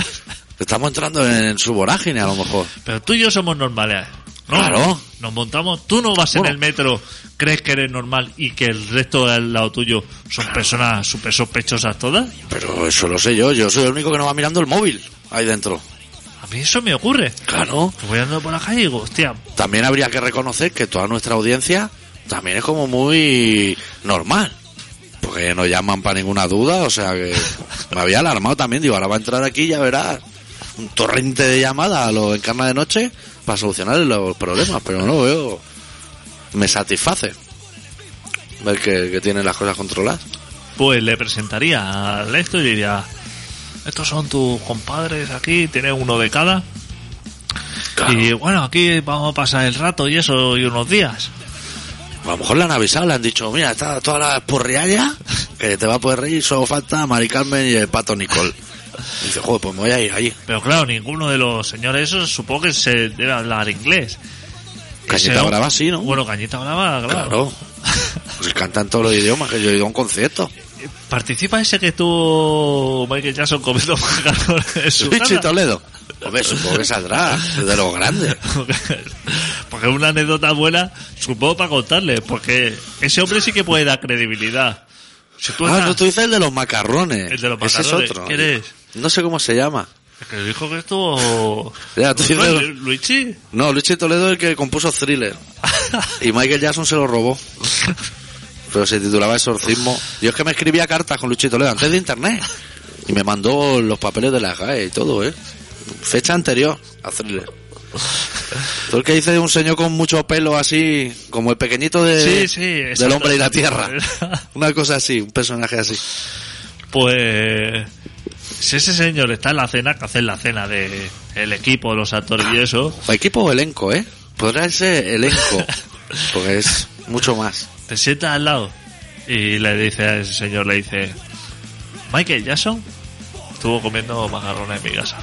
Speaker 1: Estamos entrando en su vorágine, a lo mejor.
Speaker 2: Pero tú y yo somos normales. ¿no?
Speaker 1: Claro.
Speaker 2: Nos montamos, tú no vas
Speaker 1: Bueno.
Speaker 2: en el metro, crees que eres normal y que el resto del lado tuyo son personas súper sospechosas todas.
Speaker 1: Pero eso lo sé yo, yo soy el único que no va mirando el móvil ahí dentro.
Speaker 2: A mí eso me ocurre.
Speaker 1: Claro.
Speaker 2: Voy andando por la calle y digo, hostia,
Speaker 1: También habría que reconocer que toda nuestra audiencia también es como muy normal. Porque no llaman para ninguna duda, o sea que me había alarmado también. Digo, ahora va a entrar aquí y ya verás un torrente de llamadas a lo encarna de noche para solucionar los problemas, pero no veo. Me satisface ver que, que tienen las cosas controladas.
Speaker 2: pues le presentaría al esto y diría, estos son tus compadres aquí, tienes uno de cada. Y bueno, aquí vamos a pasar el rato y eso y unos días.
Speaker 1: A lo mejor le han avisado, le han dicho, mira, está toda la porrialla que te va a poder reír, solo falta Mari Carmen y el pato Nicole. Y dice, joder, pues me voy a ir allí.
Speaker 2: Pero claro, ninguno de los señores esos supongo que se debe hablar inglés.
Speaker 1: Cañita
Speaker 2: Ese-
Speaker 1: Brava sí, ¿no?
Speaker 2: Bueno, Cañita Brava, claro.
Speaker 1: Claro. Pues cantan todos los idiomas que yo he ido a un concierto.
Speaker 2: Participa ese que tú, Michael Jackson, comiendo macarrones en su
Speaker 1: Switch y
Speaker 2: casa.
Speaker 1: Toledo. Hombre, supongo que saldrá, es de los grandes.
Speaker 2: Porque es una anécdota buena, supongo, para contarle. Porque ese hombre sí que puede dar credibilidad. Si tú
Speaker 1: Ah,
Speaker 2: estás-
Speaker 1: no, tú dices el de los macarrones.
Speaker 2: El de los
Speaker 1: Ese
Speaker 2: macarrones.
Speaker 1: es otro.
Speaker 2: ¿Quién es?
Speaker 1: No sé cómo se llama.
Speaker 2: Que dijo que esto...
Speaker 1: Ya, tú
Speaker 2: ¿No
Speaker 1: dices-
Speaker 2: es Luigi?
Speaker 1: No, Luis Toledo es el que compuso Thriller. Y Michael Jackson se lo robó. Pero se titulaba Exorcismo. Yo es que me escribía cartas con Luchito Toledo antes de internet. Y me mandó los papeles de la GAE y todo, ¿eh? Fecha anterior a Thriller. Todo el que dice de un señor con mucho pelo así, como el pequeñito de,
Speaker 2: Sí, sí,
Speaker 1: del
Speaker 2: exacto.
Speaker 1: hombre y la tierra. Una cosa así, un personaje así.
Speaker 2: Pues... Si ese señor está en la cena, que hace la cena de el equipo, los actores y eso,
Speaker 1: O equipo o elenco, ¿eh? Podrá ser elenco, porque es mucho más.
Speaker 2: te sientas al lado y le dice al señor, le dice, Michael Jackson estuvo comiendo macarrones en mi casa.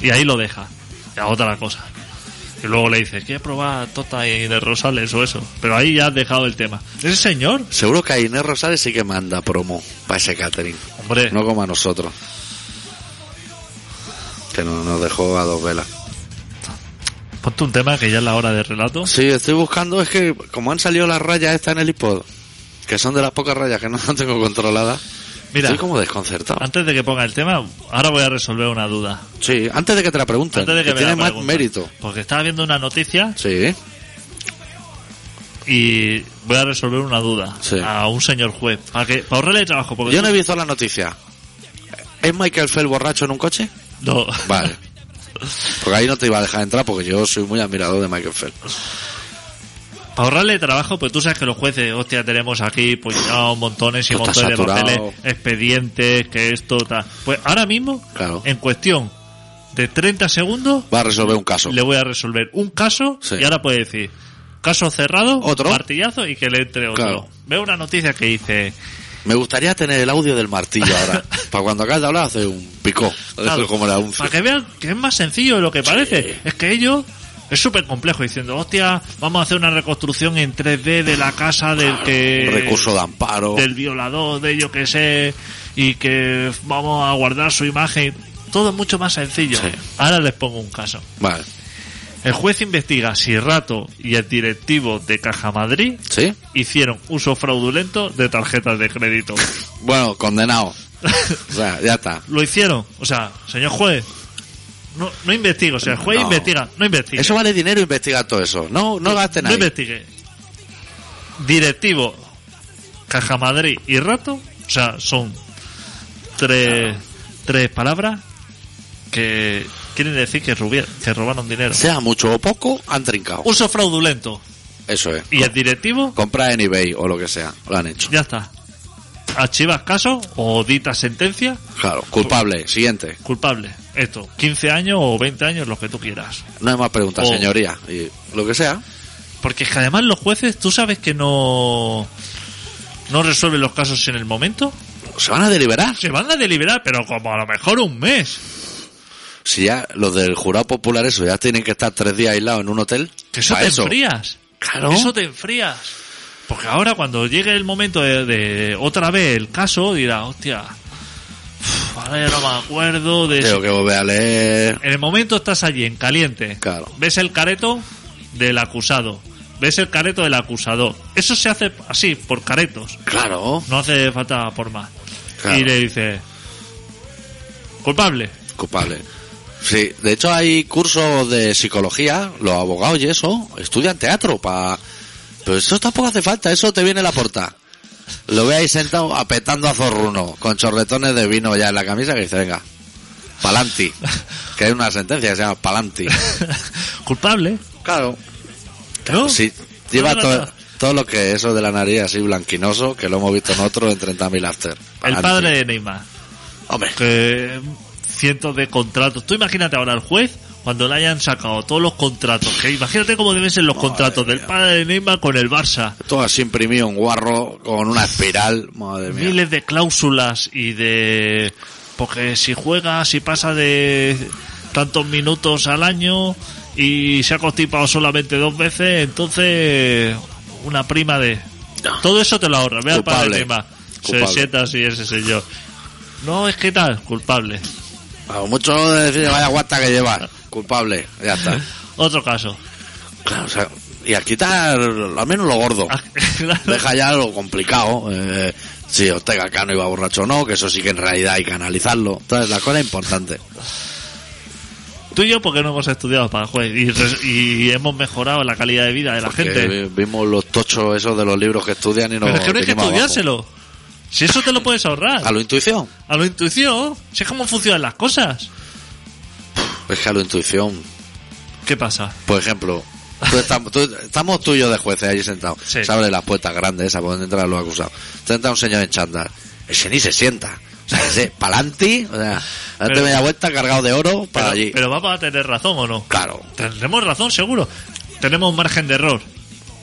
Speaker 2: Y ahí lo deja, y hago otra cosa. Y luego le dice, ¿quieres probar tota y de rosales o eso? Pero ahí ya has dejado el tema. Ese señor,
Speaker 1: Seguro que a Inés Rosales sí que manda promo para ese catering.
Speaker 2: hombre,
Speaker 1: No como a nosotros. Que no- nos dejó a dos velas.
Speaker 2: ponte un tema que ya es la hora de relato.
Speaker 1: Sí, estoy buscando, es que como han salido las rayas estas en el iPod, que son de las pocas rayas que no tengo controladas,
Speaker 2: Mira,
Speaker 1: estoy como desconcertado.
Speaker 2: antes de que ponga el tema, ahora voy a resolver una duda.
Speaker 1: Sí, antes de que te la pregunten,
Speaker 2: Antes de que,
Speaker 1: que
Speaker 2: me
Speaker 1: tiene
Speaker 2: la
Speaker 1: más
Speaker 2: preguntes.
Speaker 1: mérito.
Speaker 2: Porque estaba viendo una noticia
Speaker 1: Sí,
Speaker 2: y voy a resolver una duda
Speaker 1: Sí.
Speaker 2: a un señor juez. Para, que, para ahorrarle trabajo. Porque
Speaker 1: yo
Speaker 2: tú-
Speaker 1: no he visto la noticia. ¿Es Michael Fell borracho en un coche?
Speaker 2: No.
Speaker 1: Vale. Porque ahí no te iba a dejar entrar porque yo soy muy admirador de Michael Fell.
Speaker 2: Para ahorrarle trabajo, pues tú sabes que los jueces, hostia, tenemos aquí pues ya montones y
Speaker 1: Esto Pues está
Speaker 2: montones de papeles,
Speaker 1: saturado.
Speaker 2: expedientes, que esto, tal. Pues ahora mismo,
Speaker 1: Claro.
Speaker 2: en cuestión de 30 segundos,
Speaker 1: Va a resolver un caso.
Speaker 2: le voy a resolver un caso
Speaker 1: Sí.
Speaker 2: y ahora puede decir caso cerrado,
Speaker 1: Otro.
Speaker 2: martillazo y que le entre otro.
Speaker 1: Claro.
Speaker 2: Veo una noticia que dice,
Speaker 1: Me gustaría tener el audio del martillo ahora. para cuando acabes de hablar hace un picó.
Speaker 2: Claro.
Speaker 1: como la unza.
Speaker 2: Para que vean que es más sencillo de lo que parece. Es que ellos es súper complejo diciendo, hostia, vamos a hacer una reconstrucción en 3D de la casa del que...
Speaker 1: Recurso de amparo.
Speaker 2: Del violador, de yo que sé, y que vamos a guardar su imagen. Todo es mucho más sencillo.
Speaker 1: Sí.
Speaker 2: Ahora les pongo un caso.
Speaker 1: Vale.
Speaker 2: El juez investiga si Rato y el directivo de Caja Madrid
Speaker 1: ¿Sí?
Speaker 2: hicieron uso fraudulento de tarjetas de crédito.
Speaker 1: Bueno, condenado. O sea, ya está.
Speaker 2: Lo hicieron. O sea, señor juez, no, no investigue. O sea, el juez
Speaker 1: No.
Speaker 2: investiga, no investiga.
Speaker 1: Eso vale dinero investigar todo eso. No, no gasten
Speaker 2: No
Speaker 1: ahí.
Speaker 2: investigue. Directivo, Caja Madrid y Rato, o sea, son tres, tres palabras que quieren decir que, rubier- que robaron dinero.
Speaker 1: Sea mucho o poco, han trincado.
Speaker 2: Uso fraudulento.
Speaker 1: Eso es.
Speaker 2: Y el directivo,
Speaker 1: Comprar en eBay o lo que sea. Lo han hecho.
Speaker 2: ya está. Archivas caso o dita sentencia,
Speaker 1: Claro. Culpable. Siguiente.
Speaker 2: culpable. Esto, 15 años o 20 años, lo que tú quieras.
Speaker 1: No hay más preguntas,
Speaker 2: O-
Speaker 1: señoría. Y lo que sea.
Speaker 2: Porque es que además los jueces, tú sabes que no, no resuelven los casos en el momento.
Speaker 1: Se van a deliberar.
Speaker 2: Se van a deliberar, pero como a lo mejor un mes.
Speaker 1: Si ya los del jurado popular, eso, ya tienen que estar tres días aislados en un hotel.
Speaker 2: Que eso
Speaker 1: pa'
Speaker 2: te enfrías.
Speaker 1: Claro.
Speaker 2: Eso te enfrías. Porque ahora cuando llegue el momento de, de otra vez el caso, dirá, hostia, uf, ahora ya no me acuerdo de...
Speaker 1: Tengo que volver a leer.
Speaker 2: En el momento estás allí, en caliente.
Speaker 1: Claro.
Speaker 2: Ves el careto del acusado. Ves el careto del acusador. Eso se hace así, por caretos.
Speaker 1: Claro.
Speaker 2: No hace falta por más.
Speaker 1: Claro.
Speaker 2: Y le dice... Culpable.
Speaker 1: Culpable. Sí, de hecho hay cursos de psicología, los abogados y eso, estudian teatro para... Pero eso tampoco hace falta, eso te viene la porta. Lo ve ahí sentado apetando a zorruno, con chorretones de vino ya en la camisa que dice, venga, palanti. Que hay una sentencia que se llama palanti.
Speaker 2: Culpable.
Speaker 1: Claro.
Speaker 2: ¿No?
Speaker 1: Pues Sí, lleva
Speaker 2: No, no, no.
Speaker 1: todo, todo lo que eso de la nariz así blanquinoso, que lo hemos visto en otro en 30.000 after.
Speaker 2: El
Speaker 1: Palanti.
Speaker 2: padre de Neymar.
Speaker 1: Hombre,
Speaker 2: que mm, cientos de contratos. Tú imagínate ahora al juez cuando le hayan sacado todos los contratos. Que imagínate cómo deben ser los contratos del padre de Neymar con el Barça.
Speaker 1: todo así imprimido un guarro con una espiral, madre mía.
Speaker 2: Miles de cláusulas y de... Porque si juega, si pasa de tantos minutos al año y se ha constipado solamente dos veces, entonces una prima de...
Speaker 1: No.
Speaker 2: Todo eso te lo ahorra. Ve al padre de
Speaker 1: Culpable.
Speaker 2: Neymar. Se
Speaker 1: Culpable.
Speaker 2: sienta así ese señor. No, es que tal, culpable.
Speaker 1: A lo mucho de decir, vaya guata que llevas, culpable, ya está.
Speaker 2: Otro caso.
Speaker 1: Claro, o sea, y a quitar al menos lo gordo.
Speaker 2: Ah.
Speaker 1: Deja ya lo complicado. eh, si Ortega Cano iba borracho o no, que eso sí que en realidad hay que analizarlo. Entonces, la cosa es importante.
Speaker 2: Tú y yo porque no hemos estudiado para juez y, res- y hemos mejorado la calidad de vida de la gente.
Speaker 1: Que vimos los tochos esos de los libros que estudian y no.
Speaker 2: Pero es que no hay que
Speaker 1: vinimos abajo.
Speaker 2: estudiárselo. Si eso te lo puedes ahorrar.
Speaker 1: A lo intuición.
Speaker 2: A lo intuición. Si es cómo funcionan las cosas.
Speaker 1: Es que a lo intuición.
Speaker 2: ¿Qué pasa?
Speaker 1: Por ejemplo, tú estam- tú- estamos tú y yo de jueces allí sentados.
Speaker 2: Sí.
Speaker 1: Se abren las puertas grandes esas por donde entran los acusados. Te entra un señor en chándal. Ese ni se sienta. O sea, ese palanti, o sea, date
Speaker 2: Pero-
Speaker 1: media vuelta cargado de oro para
Speaker 2: Pero,
Speaker 1: allí.
Speaker 2: pero vamos a tener razón o no.
Speaker 1: claro.
Speaker 2: Tendremos razón, seguro. Tenemos un margen de error.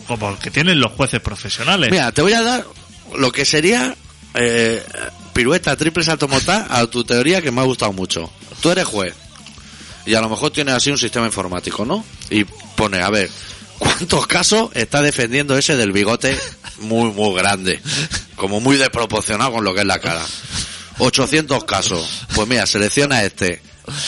Speaker 2: Como el que tienen los jueces profesionales.
Speaker 1: Mira, te voy a dar lo que sería eh, pirueta, triple salto mortal a tu teoría que me ha gustado mucho. Tú eres juez y a lo mejor tienes así un sistema informático, ¿no? Y pone, a ver, ¿cuántos casos está defendiendo ese del bigote muy, muy grande? Como muy desproporcionado con lo que es la cara. 800 casos. Pues mira, selecciona este.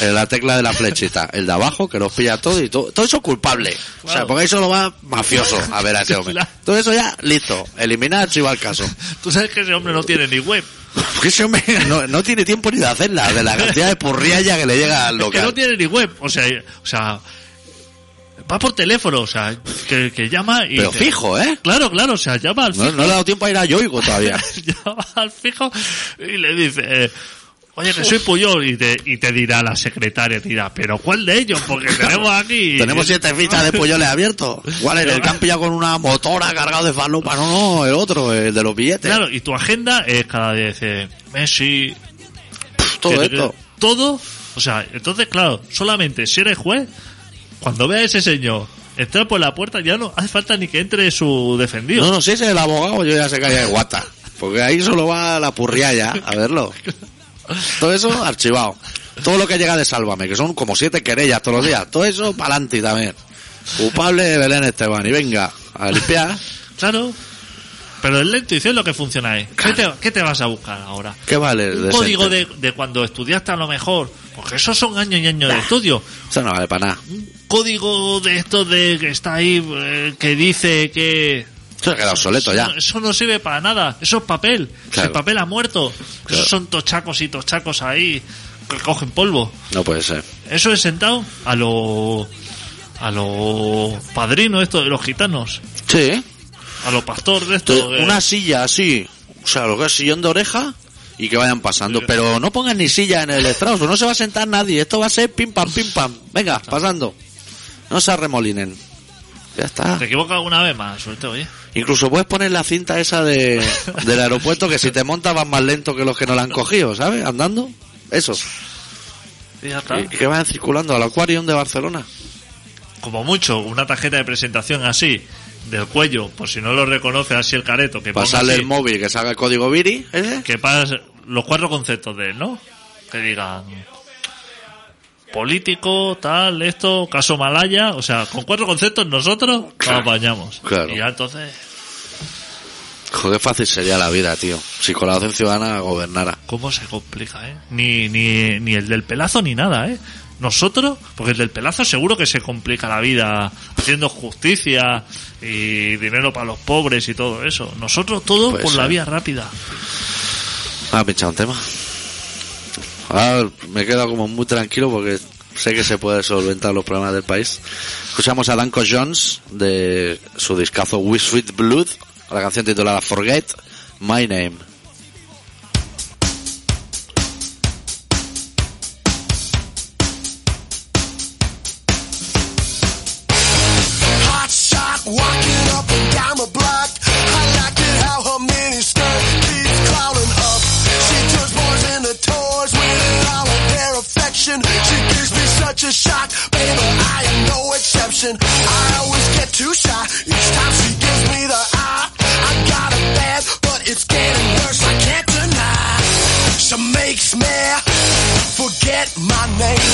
Speaker 1: eh, La tecla de la flechita, el de abajo que los pilla todo y todo, todo eso es culpable. O sea,
Speaker 2: Claro.
Speaker 1: porque eso lo va mafioso a ver a ese hombre.
Speaker 2: Claro.
Speaker 1: Todo eso ya, listo. Eliminar, archivar el caso.
Speaker 2: Tú sabes que ese hombre no tiene ni web.
Speaker 1: Porque ese hombre no, no tiene tiempo ni de hacerla, de la cantidad de purrialla que le llega al
Speaker 2: Es que no
Speaker 1: local.
Speaker 2: tiene ni web. O sea, o sea va por teléfono. O sea, que, que llama y...
Speaker 1: Pero
Speaker 2: dice-
Speaker 1: fijo, ¿eh?
Speaker 2: Claro, claro. O sea, llama al
Speaker 1: No, no le ha dado tiempo a ir a Yoigo todavía.
Speaker 2: llama al fijo y le dice, eh, oye, que soy Puyol. Y te, y te dirá la secretaria, te dirá, pero ¿cuál de ellos? Porque tenemos aquí...
Speaker 1: Tenemos siete fichas de polloles abiertos. ¿Cuál era? El que han pillado con una motora cargado de falopa. No, no, el otro, el de los billetes.
Speaker 2: Claro, y tu agenda es cada día, dice, Messi...
Speaker 1: Pff, todo
Speaker 2: que- que-
Speaker 1: esto.
Speaker 2: Todo, o sea, entonces, claro, solamente si eres juez, cuando vea a ese señor entrar por la puerta, ya no hace falta ni que entre su defendido.
Speaker 1: No, no, si ese es el abogado, yo ya se caía de guata. Porque ahí solo va la purrialla a verlo. Todo eso archivado. Todo lo que llega de Sálvame, que son como siete querellas todos los días. Todo eso pa'lante también. Culpable de Belén Esteban. Y venga, a limpiar.
Speaker 2: Claro. Pero es la intuición lo que funciona ahí. ¿Qué te, qué te vas a buscar ahora?
Speaker 1: ¿Qué vale?
Speaker 2: un
Speaker 1: de
Speaker 2: código
Speaker 1: senten-
Speaker 2: de, de cuando estudiaste a lo mejor, porque esos son años y años de estudio.
Speaker 1: Eso no vale para nada.
Speaker 2: Un código de esto de que está ahí, eh, que dice que...
Speaker 1: Eso se queda obsoleto
Speaker 2: eso,
Speaker 1: ya.
Speaker 2: no- eso no sirve para nada, eso es papel,
Speaker 1: Claro.
Speaker 2: el papel ha muerto,
Speaker 1: Claro.
Speaker 2: esos son tochacos y tochacos ahí, que cogen polvo.
Speaker 1: No puede ser.
Speaker 2: Eso es sentado a los... A los padrinos estos de los gitanos,
Speaker 1: Sí.
Speaker 2: a los pastores de
Speaker 1: Tú-
Speaker 2: estos... eh,
Speaker 1: Una silla así. O sea, lo que es sillón de oreja. Y que vayan pasando. Pero no pongan ni silla en el estrauso. No se va a sentar nadie. Esto va a ser pim pam, pim pam. Venga, pasando. No se arremolinen. Ya está.
Speaker 2: Te equivocas alguna vez más, suerte, oye.
Speaker 1: Incluso puedes poner la cinta esa de, del aeropuerto que si te montas vas más lento que los que no la han cogido, ¿sabes? Andando. Eso.
Speaker 2: Y ya está.
Speaker 1: Y que vayan circulando al acuarium de Barcelona.
Speaker 2: como mucho, una tarjeta de presentación así, del cuello, por si no lo reconoce así el careto, que ponga
Speaker 1: Pasarle
Speaker 2: así,
Speaker 1: el móvil que salga el código Viri. ¿eh?
Speaker 2: que pasa los cuatro conceptos de él, ¿no? Que digan político, tal, esto, caso Malaya, o sea, con cuatro conceptos nosotros nos
Speaker 1: Claro,
Speaker 2: apañamos.
Speaker 1: claro.
Speaker 2: Y ya entonces,
Speaker 1: Joder, qué fácil sería la vida, tío. Si con la docencia ciudadana gobernara.
Speaker 2: ¿Cómo se complica, eh? Ni, ni, ni el del pelazo ni nada, eh. Nosotros, porque el del pelazo seguro que se complica la vida haciendo justicia y dinero para los pobres y todo eso. Nosotros todo
Speaker 1: Pues
Speaker 2: por la
Speaker 1: sí.
Speaker 2: vía rápida.
Speaker 1: Ah, pinchado un tema. Ahora me he quedado como muy tranquilo porque sé que se puede solventar los problemas del país. Escuchamos a Danko Jones de su discazo We Sweet Blood, la canción titulada Forget My Name.
Speaker 3: Hot shot, walking up and down the block. I like it how her mini skirt keeps crawling up. She turns boys into toys with all of their affection. She gives me such a shock, baby. I am no exception. I always get too shy each time she gives me the eye. I got it bad, but it's getting worse. I can't deny. She makes me forget my name.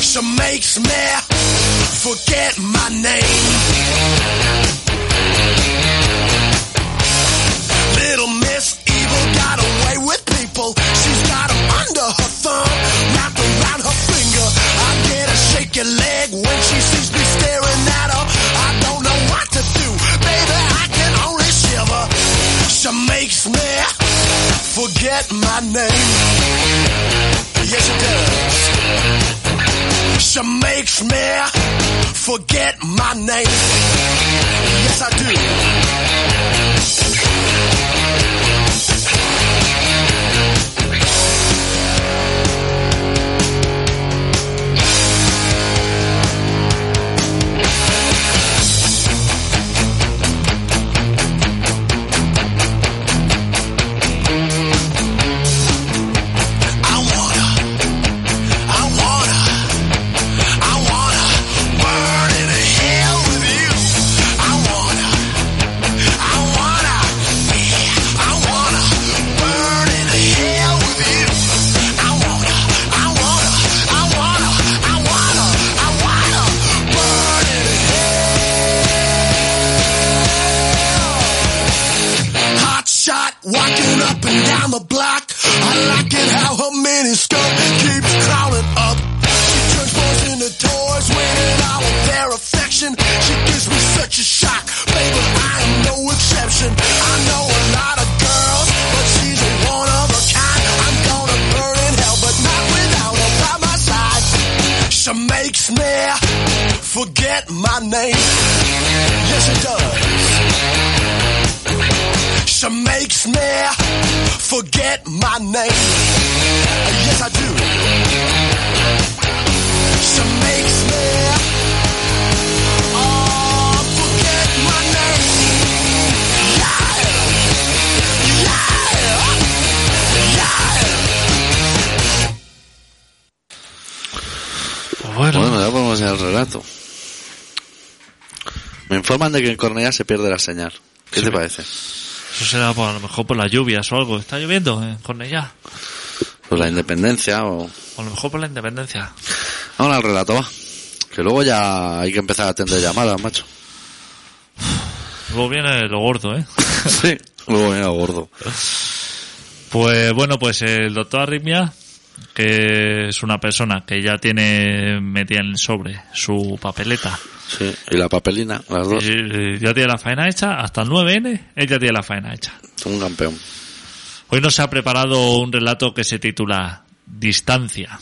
Speaker 3: She makes me forget my name. Little Miss Evil got away with people. She's got 'em under her thumb, wrapped around her finger. I get a shaky leg when she sees me staring at her. I don't know what to do, baby. I can only shiver. She makes me forget my name. Yes, she does. She makes me forget my name. Yes, I do. I wanna, I wanna, I wanna burn in hell with you. I wanna, I wanna, I wanna burn in hell with you. I wanna, I wanna, I wanna, I wanna, I wanna burn in Hot shot, walking up and down the block. I like it how her mini skirt keeps crawling up. She turns boys into toys, winning all of their affection. She gives me such a shock, baby. I am no exception. I know a lot of girls, but she's a one of a kind. I'm gonna burn in hell, but not without her by my side. She makes me forget my name. Yes, she does. She makes me forget my name. Yes, I do. She makes me oh, forget my name. Yeah. Yeah. Yeah.
Speaker 2: Pues Bueno,
Speaker 1: Bueno, ya podemos enseñar el relato. Me informan de que en Cornellá se pierde la señal. ¿Qué te parece?
Speaker 2: eso será por, a lo mejor por las lluvias o algo. ¿Está lloviendo en Cornellá?
Speaker 1: Pues la independencia o...
Speaker 2: O a lo mejor por la independencia.
Speaker 1: Vamos al relato, va. Que luego ya hay que empezar a atender llamadas, macho.
Speaker 2: Luego viene lo gordo, ¿eh?
Speaker 1: sí. Luego viene lo gordo.
Speaker 2: Pues bueno, pues el doctor Arritmia, que es una persona que ya tiene metida en el sobre su papeleta,
Speaker 1: Sí. Y la papelina, las dos.
Speaker 2: y- y ya tiene la faena hecha, hasta el 9N, ella tiene la faena hecha.
Speaker 1: Un campeón.
Speaker 2: Hoy nos ha preparado un relato que se titula Distancia.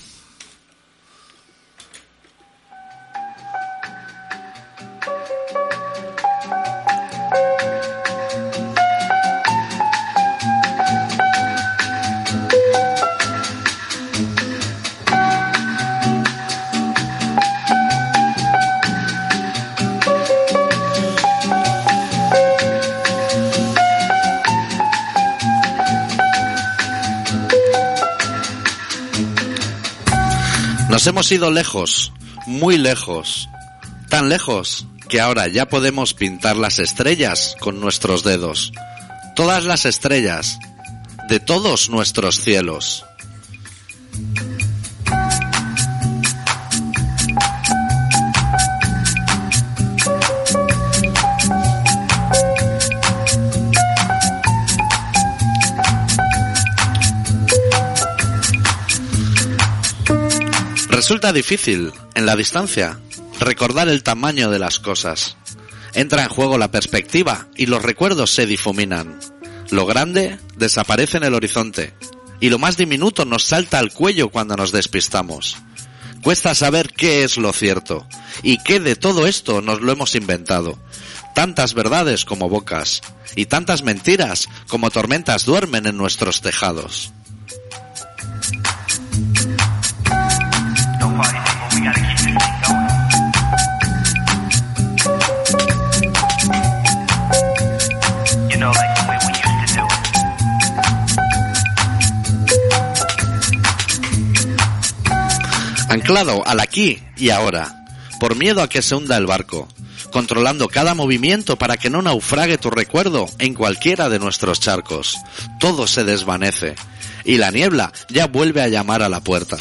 Speaker 1: Nos hemos ido lejos, muy lejos, tan lejos que ahora ya podemos pintar las estrellas con nuestros dedos. todas las estrellas, de todos nuestros cielos. Resulta difícil, en la distancia, recordar el tamaño de las cosas. Entra en juego la perspectiva y los recuerdos se difuminan. Lo grande desaparece en el horizonte y lo más diminuto nos salta al cuello cuando nos despistamos. Cuesta saber qué es lo cierto y qué de todo esto nos lo hemos inventado. Tantas verdades como bocas y tantas mentiras como tormentas duermen en nuestros tejados.
Speaker 4: Nobody, but we gotta keep this thing going. You know, like the way we used to do it.
Speaker 1: anclado al aquí y ahora, por miedo a que se hunda el barco, controlando cada movimiento para que no naufrague tu recuerdo en cualquiera de nuestros charcos. Todo se desvanece y la niebla ya vuelve a llamar a la puerta.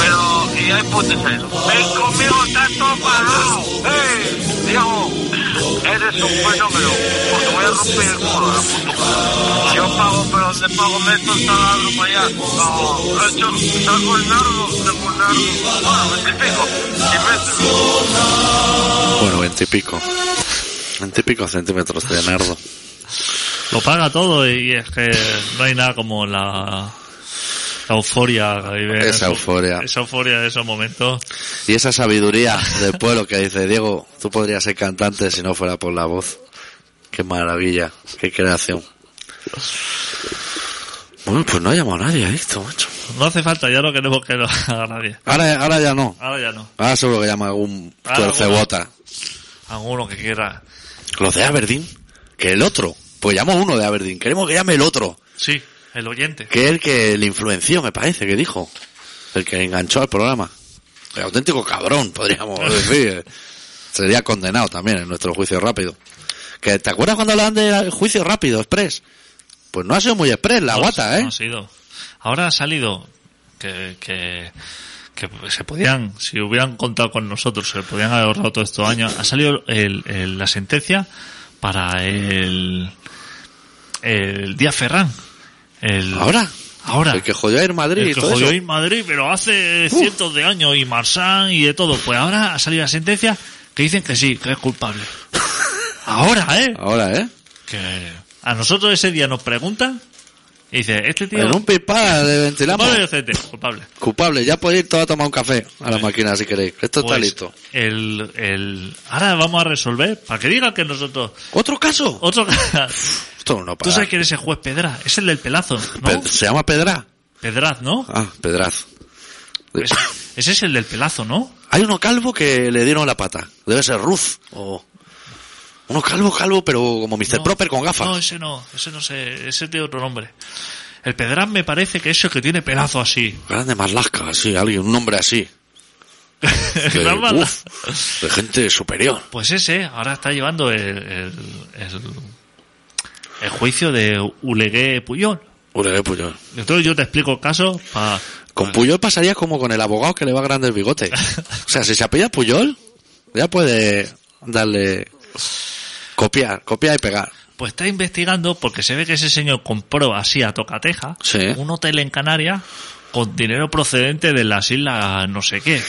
Speaker 4: Pero, y hay putes ahí. Ven conmigo, tanto parado. ¡Ey! Diego, eres un fenómeno. Porque voy a romper el culo a la puta madre. Yo pago, pero donde pago meto está la ropa allá. Pago, lo he hecho, saco el nardo, saco el nardo. Bueno, veintipico. Y mételo.
Speaker 1: Bueno, veintipico. Veintipico centímetros de nardo.
Speaker 2: Lo paga todo y es que no hay nada como la, la euforia. que vive en
Speaker 1: Esa
Speaker 2: esos-
Speaker 1: euforia.
Speaker 2: Esa euforia de esos momentos.
Speaker 1: Y esa sabiduría del pueblo que dice, Diego, tú podrías ser cantante si no fuera por la voz. Qué maravilla, qué creación. Bueno, pues no ha llamado a nadie a esto, macho.
Speaker 2: No hace falta, ya no queremos que lo haga nadie.
Speaker 1: Ahora, ahora ya no.
Speaker 2: Ahora ya no.
Speaker 1: Ahora seguro que llama algún
Speaker 2: Ahora
Speaker 1: tuercebota.
Speaker 2: Alguno que quiera.
Speaker 1: Los de Aberdeen, que el otro. Pues llamo a uno de Aberdeen, queremos que llame el otro.
Speaker 2: Sí, el oyente.
Speaker 1: Que es el que le influenció, me parece, que dijo. El que enganchó al programa. El auténtico cabrón, podríamos decir. Sería condenado también en nuestro juicio rápido. Que, ¿Te acuerdas cuando hablaban de juicio rápido, express? Pues no ha sido muy express la
Speaker 2: No,
Speaker 1: guata, ¿eh?
Speaker 2: no ha sido. Ahora ha salido que, que, que se podían, si hubieran contado con nosotros, se podían haber ahorrado todos estos años. Ha salido el- el- la sentencia para el, el Díaz Ferrán. El,
Speaker 1: Ahora.
Speaker 2: Ahora.
Speaker 1: El que jodió a ir Madrid
Speaker 2: El
Speaker 1: y
Speaker 2: que
Speaker 1: todo
Speaker 2: jodió
Speaker 1: eso.
Speaker 2: en Madrid, pero hace cientos de años, y Marsán y de todo. Pues ahora ha salido la sentencia que dicen que sí, que es culpable. Ahora, ¿eh?
Speaker 1: Ahora, ¿eh?
Speaker 2: Que a nosotros ese día nos preguntan y dice, este tío
Speaker 1: En un pipa de ventilamos.
Speaker 2: culpable o inocente, culpable.
Speaker 1: Culpable, ya podéis ir todos a tomar un café a la máquina si queréis. Esto está
Speaker 2: Pues,
Speaker 1: listo.
Speaker 2: El, el, ahora vamos a resolver, para que digan que nosotros...
Speaker 1: ¿Otro caso?
Speaker 2: Otro,
Speaker 1: Esto no
Speaker 2: Tú
Speaker 1: para.
Speaker 2: sabes quién es el juez Pedraz, es el del pelazo, ¿no?
Speaker 1: Pe- ¿Se llama Pedra?
Speaker 2: Pedraz, ¿no?
Speaker 1: Ah, Pedraz.
Speaker 2: Ese, ese es el del pelazo, ¿no?
Speaker 1: Hay uno calvo que le dieron la pata. Debe ser Ruz o... Uno calvo, calvo, pero como Mr.
Speaker 2: No,
Speaker 1: Proper con gafas.
Speaker 2: No, ese no, ese no sé, ese tiene otro nombre. El Pedraz me parece que es el que tiene pelazo así.
Speaker 1: Grande Marlaska, sí, alguien, un nombre así. Que,
Speaker 2: Gran
Speaker 1: uf,
Speaker 2: bala.
Speaker 1: de gente superior.
Speaker 2: Pues ese ahora está llevando el, el, el- el juicio de Ulegué Puyol.
Speaker 1: Uregué eh, Puyol.
Speaker 2: Entonces yo te explico el caso para...
Speaker 1: Con Puyol pasaría como con el abogado que le va grande el bigote. O sea, si se apella Puyol, ya puede darle copiar, copiar y pegar.
Speaker 2: Pues está investigando porque se ve que ese señor compró así a tocateja
Speaker 1: Sí.
Speaker 2: un hotel en Canarias con dinero procedente de las islas no sé qué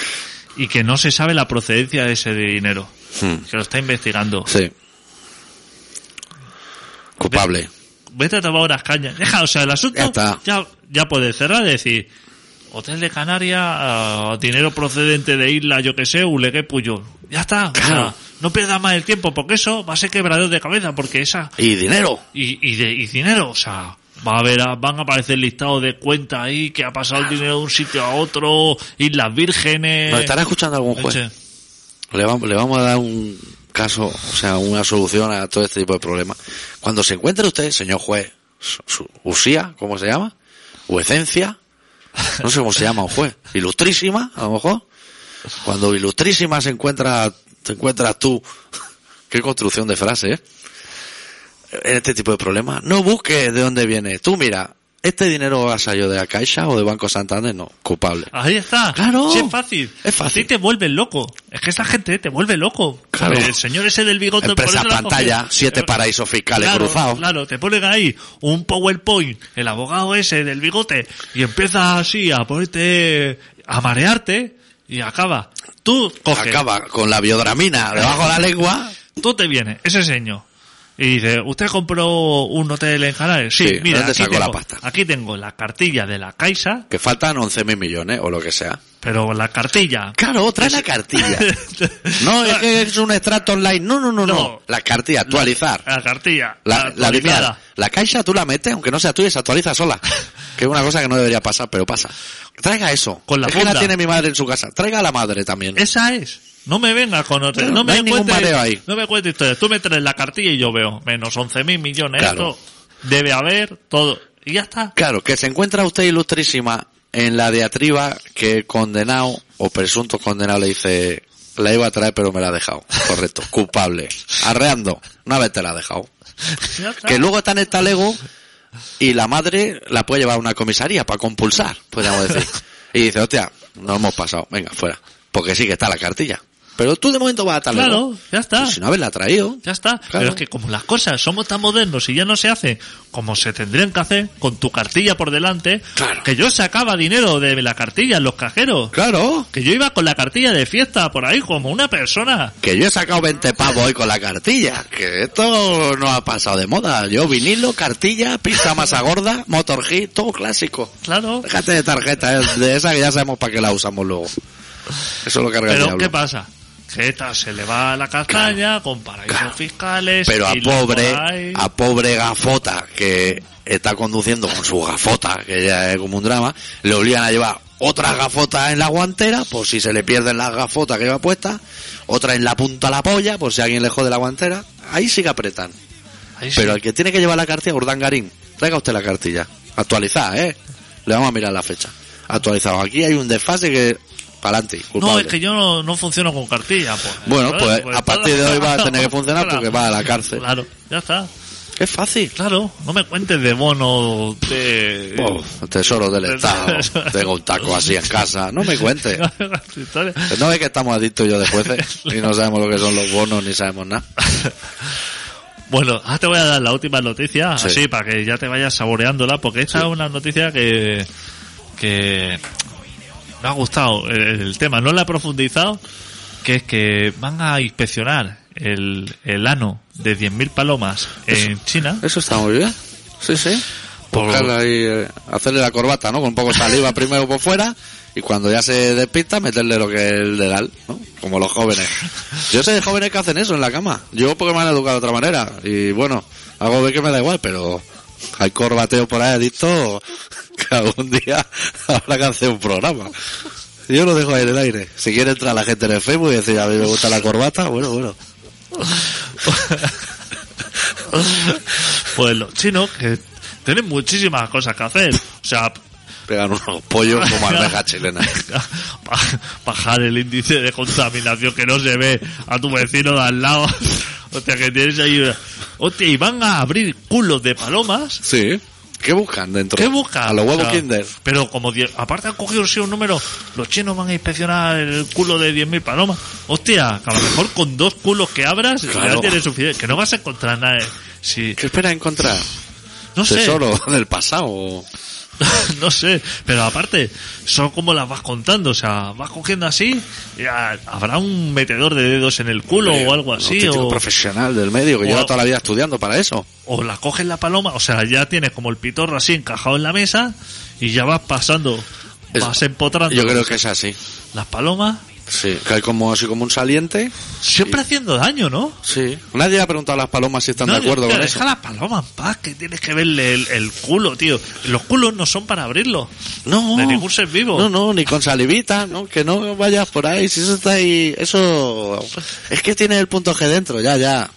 Speaker 2: y que no se sabe la procedencia de ese dinero.
Speaker 1: Hmm.
Speaker 2: Que lo está investigando.
Speaker 1: Sí. Culpable.
Speaker 2: Vete a tomar unas cañas. Deja, o sea, el asunto
Speaker 1: Ya está.
Speaker 2: ya, ya puedes cerrar y decir hotel de Canarias, ah, dinero procedente de isla, yo que sé, Ulegué Puyol. Ya está. o sea,
Speaker 1: Claro.
Speaker 2: no pierdas más el tiempo porque eso va a ser quebrador de cabeza porque esa
Speaker 1: Y dinero.
Speaker 2: y, y de y dinero, o sea, va a haber, van a aparecer listados de cuentas ahí que ha pasado el dinero de un sitio a otro, Islas Vírgenes.
Speaker 1: Nos estará escuchando algún juez.
Speaker 2: Eche.
Speaker 1: Le, vam- le vamos a dar un caso, o sea, una solución a todo este tipo de problemas. Cuando se encuentre usted, señor juez, su- su- Usía, ¿cómo se llama? O Esencia, no sé cómo se llama un juez, Ilustrísima, a lo mejor. Cuando Ilustrísima se encuentra, te encuentras tú, qué construcción de frase, ¿eh? En este tipo de problemas, no busques de dónde viene. Tú mira, este dinero ha salido de la Caixa o de Banco Santander, no, culpable.
Speaker 2: Ahí está.
Speaker 1: Claro.
Speaker 2: Sí, es fácil.
Speaker 1: Es fácil.
Speaker 2: A ti te vuelve loco. Es que esa gente te vuelve loco.
Speaker 1: Claro.
Speaker 2: El señor ese del bigote... por
Speaker 1: Empresas
Speaker 2: eso la
Speaker 1: pantalla,
Speaker 2: cogió.
Speaker 1: siete
Speaker 2: Eh,
Speaker 1: paraísos fiscales
Speaker 2: claro,
Speaker 1: cruzados.
Speaker 2: Claro, te ponen ahí un PowerPoint, el abogado ese del bigote, y empiezas así a ponerte... a marearte, y acaba. Tú coges...
Speaker 1: acaba con la biodramina debajo de la lengua.
Speaker 2: tú te vienes, ese señor, y dice, ¿usted compró un hotel en Canarias? Sí,
Speaker 1: Sí,
Speaker 2: mira,
Speaker 1: ¿dónde
Speaker 2: aquí
Speaker 1: sacó
Speaker 2: tengo,
Speaker 1: la pasta?
Speaker 2: aquí tengo la cartilla de la Caixa,
Speaker 1: Que faltan 11.000 millones o lo que sea.
Speaker 2: pero la cartilla...
Speaker 1: Claro, trae la cartilla. No, es que es un extracto online. No, no, no, no.
Speaker 2: No.
Speaker 1: La cartilla, actualizar.
Speaker 2: La cartilla.
Speaker 1: La, la,
Speaker 2: actualizada.
Speaker 1: primera. La caixa tú la metes, aunque no sea tuya, se actualiza sola. Que es una cosa que no debería pasar, pero pasa. Traiga eso.
Speaker 2: Con la
Speaker 1: es que la
Speaker 2: funda.
Speaker 1: tiene mi madre en su casa. Traiga a la madre también.
Speaker 2: Esa es. No me vengas con hotel.
Speaker 1: Claro,
Speaker 2: No,
Speaker 1: no
Speaker 2: me
Speaker 1: hay ningún
Speaker 2: cuentes-
Speaker 1: mareo ahí.
Speaker 2: No me cuentes historias. Tú me traes la cartilla y yo veo menos 11.000 millones.
Speaker 1: Claro.
Speaker 2: Esto debe haber todo. Y ya está.
Speaker 1: Claro, que se encuentra usted ilustrísima en la diatriba que el condenado o presunto condenado le dice, la iba a traer pero me la ha dejado. Correcto, culpable. Arreando, una vez te la ha dejado.
Speaker 2: Ya está.
Speaker 1: Que luego está en el talego y la madre la puede llevar a una comisaría para compulsar, podríamos decir. Y dice, hostia, nos hemos pasado, venga, fuera. Porque sí que está la cartilla. Pero tú de momento vas a talego.
Speaker 2: Claro, ya está.
Speaker 1: Pues si no haberla traído.
Speaker 2: Ya está. Pero es que como las cosas somos tan modernos y ya no se hacen como se tendrían que hacer, con tu cartilla por delante,
Speaker 1: Claro.
Speaker 2: que yo sacaba dinero de la cartilla en los cajeros.
Speaker 1: Claro.
Speaker 2: Que yo iba con la cartilla de fiesta por ahí como una persona.
Speaker 1: Que yo he sacado 20 pavos hoy con la cartilla. Que esto no ha pasado de moda. Yo vinilo, cartilla, pista masa gorda, motor G, todo clásico.
Speaker 2: Claro.
Speaker 1: Déjate de tarjeta, eh, de esa que ya sabemos para qué la usamos luego. Eso lo carga el
Speaker 2: Pero
Speaker 1: diablo.
Speaker 2: ¿qué pasa? Que esta se le va a la castaña con paraísos
Speaker 1: claro.
Speaker 2: fiscales.
Speaker 1: Pero a
Speaker 2: y luego
Speaker 1: pobre,
Speaker 2: hay-
Speaker 1: a pobre gafota que está conduciendo con su gafota, que ya es como un drama, le obligan a llevar otra gafota en la guantera, por si se le pierden las gafotas que lleva puesta, otra en la punta de la polla, por si alguien le jode la guantera. Ahí sí que apretan.
Speaker 2: ahí sí.
Speaker 1: Pero el que tiene que llevar la cartilla, Urdangarín, traiga usted la cartilla. Actualizada, ¿eh? Le vamos a mirar la fecha. Actualizado. Aquí hay un desfase que... Para adelante.
Speaker 2: No, es que yo no, no funciono con cartilla. Pues,
Speaker 1: Bueno,
Speaker 2: Claro,
Speaker 1: pues a partir de hoy va a tener que funcionar
Speaker 2: Claro.
Speaker 1: porque va a la cárcel.
Speaker 2: Claro, ya está.
Speaker 1: Es fácil.
Speaker 2: Claro, no me cuentes de bono de...
Speaker 1: Puf, Oh, tesoro del Estado. Tengo un taco así en casa. No me cuentes.
Speaker 2: Historia.
Speaker 1: No eh? es que estamos adictos yo de jueces y no sabemos lo que son los bonos ni sabemos nada.
Speaker 2: Bueno, ahora te voy a dar la última noticia,
Speaker 1: Sí.
Speaker 2: así, para que ya te vayas saboreándola, porque esta
Speaker 1: Sí.
Speaker 2: es una noticia que, que me ha gustado eh, el, el tema, no la he profundizado, que es que van a inspeccionar el, el ano de 10.000 palomas en China.
Speaker 1: Eso está muy bien. Sí, sí.
Speaker 2: Por-
Speaker 1: Buscarla ahí, eh, hacerle la corbata, ¿no? Con un poco de saliva primero por fuera y cuando ya se despista meterle lo que es el dedal, ¿no? Como los jóvenes. Yo sé de jóvenes que hacen eso en la cama. Yo porque me han educado de otra manera y bueno, hago ver que me da igual, pero hay corbateo por ahí adicto que algún día habrá que hacer un programa. Yo lo dejo ahí en el aire. Si quiere entrar la gente en el Facebook y decir a mí me gusta la corbata, bueno, bueno.
Speaker 2: Pues los chinos que tienen muchísimas cosas que hacer. O sea,
Speaker 1: Pegan unos pollos como almejas chilenas.
Speaker 2: Pa- bajar el índice de contaminación que no se ve a tu vecino de al lado. Hostia, que tienes ahí una- Hostia, y van a abrir culos de palomas.
Speaker 1: Sí. ¿Qué buscan dentro?
Speaker 2: ¿Qué buscan?
Speaker 1: A los huevos
Speaker 2: O sea,
Speaker 1: Kinder.
Speaker 2: Pero como die- aparte han cogido sí un número, los chinos van a inspeccionar el culo de 10.000 palomas. Hostia, que a lo mejor con dos culos que abras
Speaker 1: Claro.
Speaker 2: ya tienes suficiente. Que no vas a encontrar nada. eh. Sí,
Speaker 1: ¿Qué espera encontrar?
Speaker 2: no sé.
Speaker 1: ¿Tesoro del pasado?
Speaker 2: no sé, pero aparte, son como las vas contando, o sea, vas cogiendo así, y a- habrá un metedor de dedos en el culo o algo así,
Speaker 1: Un
Speaker 2: o,
Speaker 1: profesional del medio que
Speaker 2: o-
Speaker 1: lleva toda la vida estudiando para eso.
Speaker 2: o la coges la paloma, o sea, ya tienes como el pitorro así encajado en la mesa y ya vas pasando,
Speaker 1: Es-
Speaker 2: vas empotrando
Speaker 1: Yo creo que es así.
Speaker 2: las palomas,
Speaker 1: Sí. Que hay como así como un saliente.
Speaker 2: siempre haciendo daño, ¿no?
Speaker 1: Sí. Nadie ha preguntado a las palomas si están
Speaker 2: No,
Speaker 1: de acuerdo
Speaker 2: tío,
Speaker 1: con
Speaker 2: deja
Speaker 1: eso.
Speaker 2: las palomas en paz, que tienes que verle el, el culo, tío. Los culos no son para abrirlos.
Speaker 1: No.
Speaker 2: De ningún ser vivo.
Speaker 1: No, no, ni con salivita, ¿no? Que no vayas por ahí. Si eso está ahí... Eso... Es que tiene el punto G dentro, ya, ya.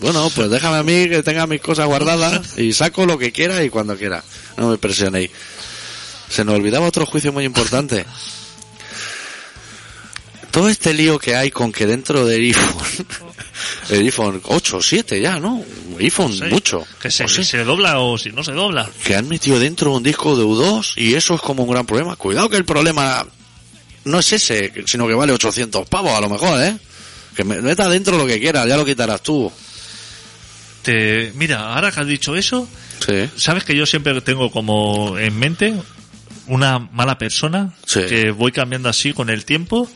Speaker 1: Bueno, pues déjame a mí que tenga mis cosas guardadas y saco lo que quiera y cuando quiera. No me presionéis. Se nos olvidaba otro juicio muy importante. Todo este lío que hay con que dentro del iPhone, el iPhone 8, 7 ya, ¿no? iPhone
Speaker 2: Sí.
Speaker 1: mucho.
Speaker 2: Que se,
Speaker 1: O sea,
Speaker 2: se dobla o si no se dobla.
Speaker 1: que han metido dentro un disco de U2 y eso es como un gran problema. Cuidado que el problema no es ese, sino que vale 800 pavos a lo mejor, ¿eh? Que me- meta dentro lo que quieras, ya lo quitarás tú.
Speaker 2: Te, mira, ahora que has dicho eso,
Speaker 1: Sí.
Speaker 2: sabes que yo siempre tengo como en mente una mala persona
Speaker 1: Sí.
Speaker 2: que voy cambiando así con el tiempo,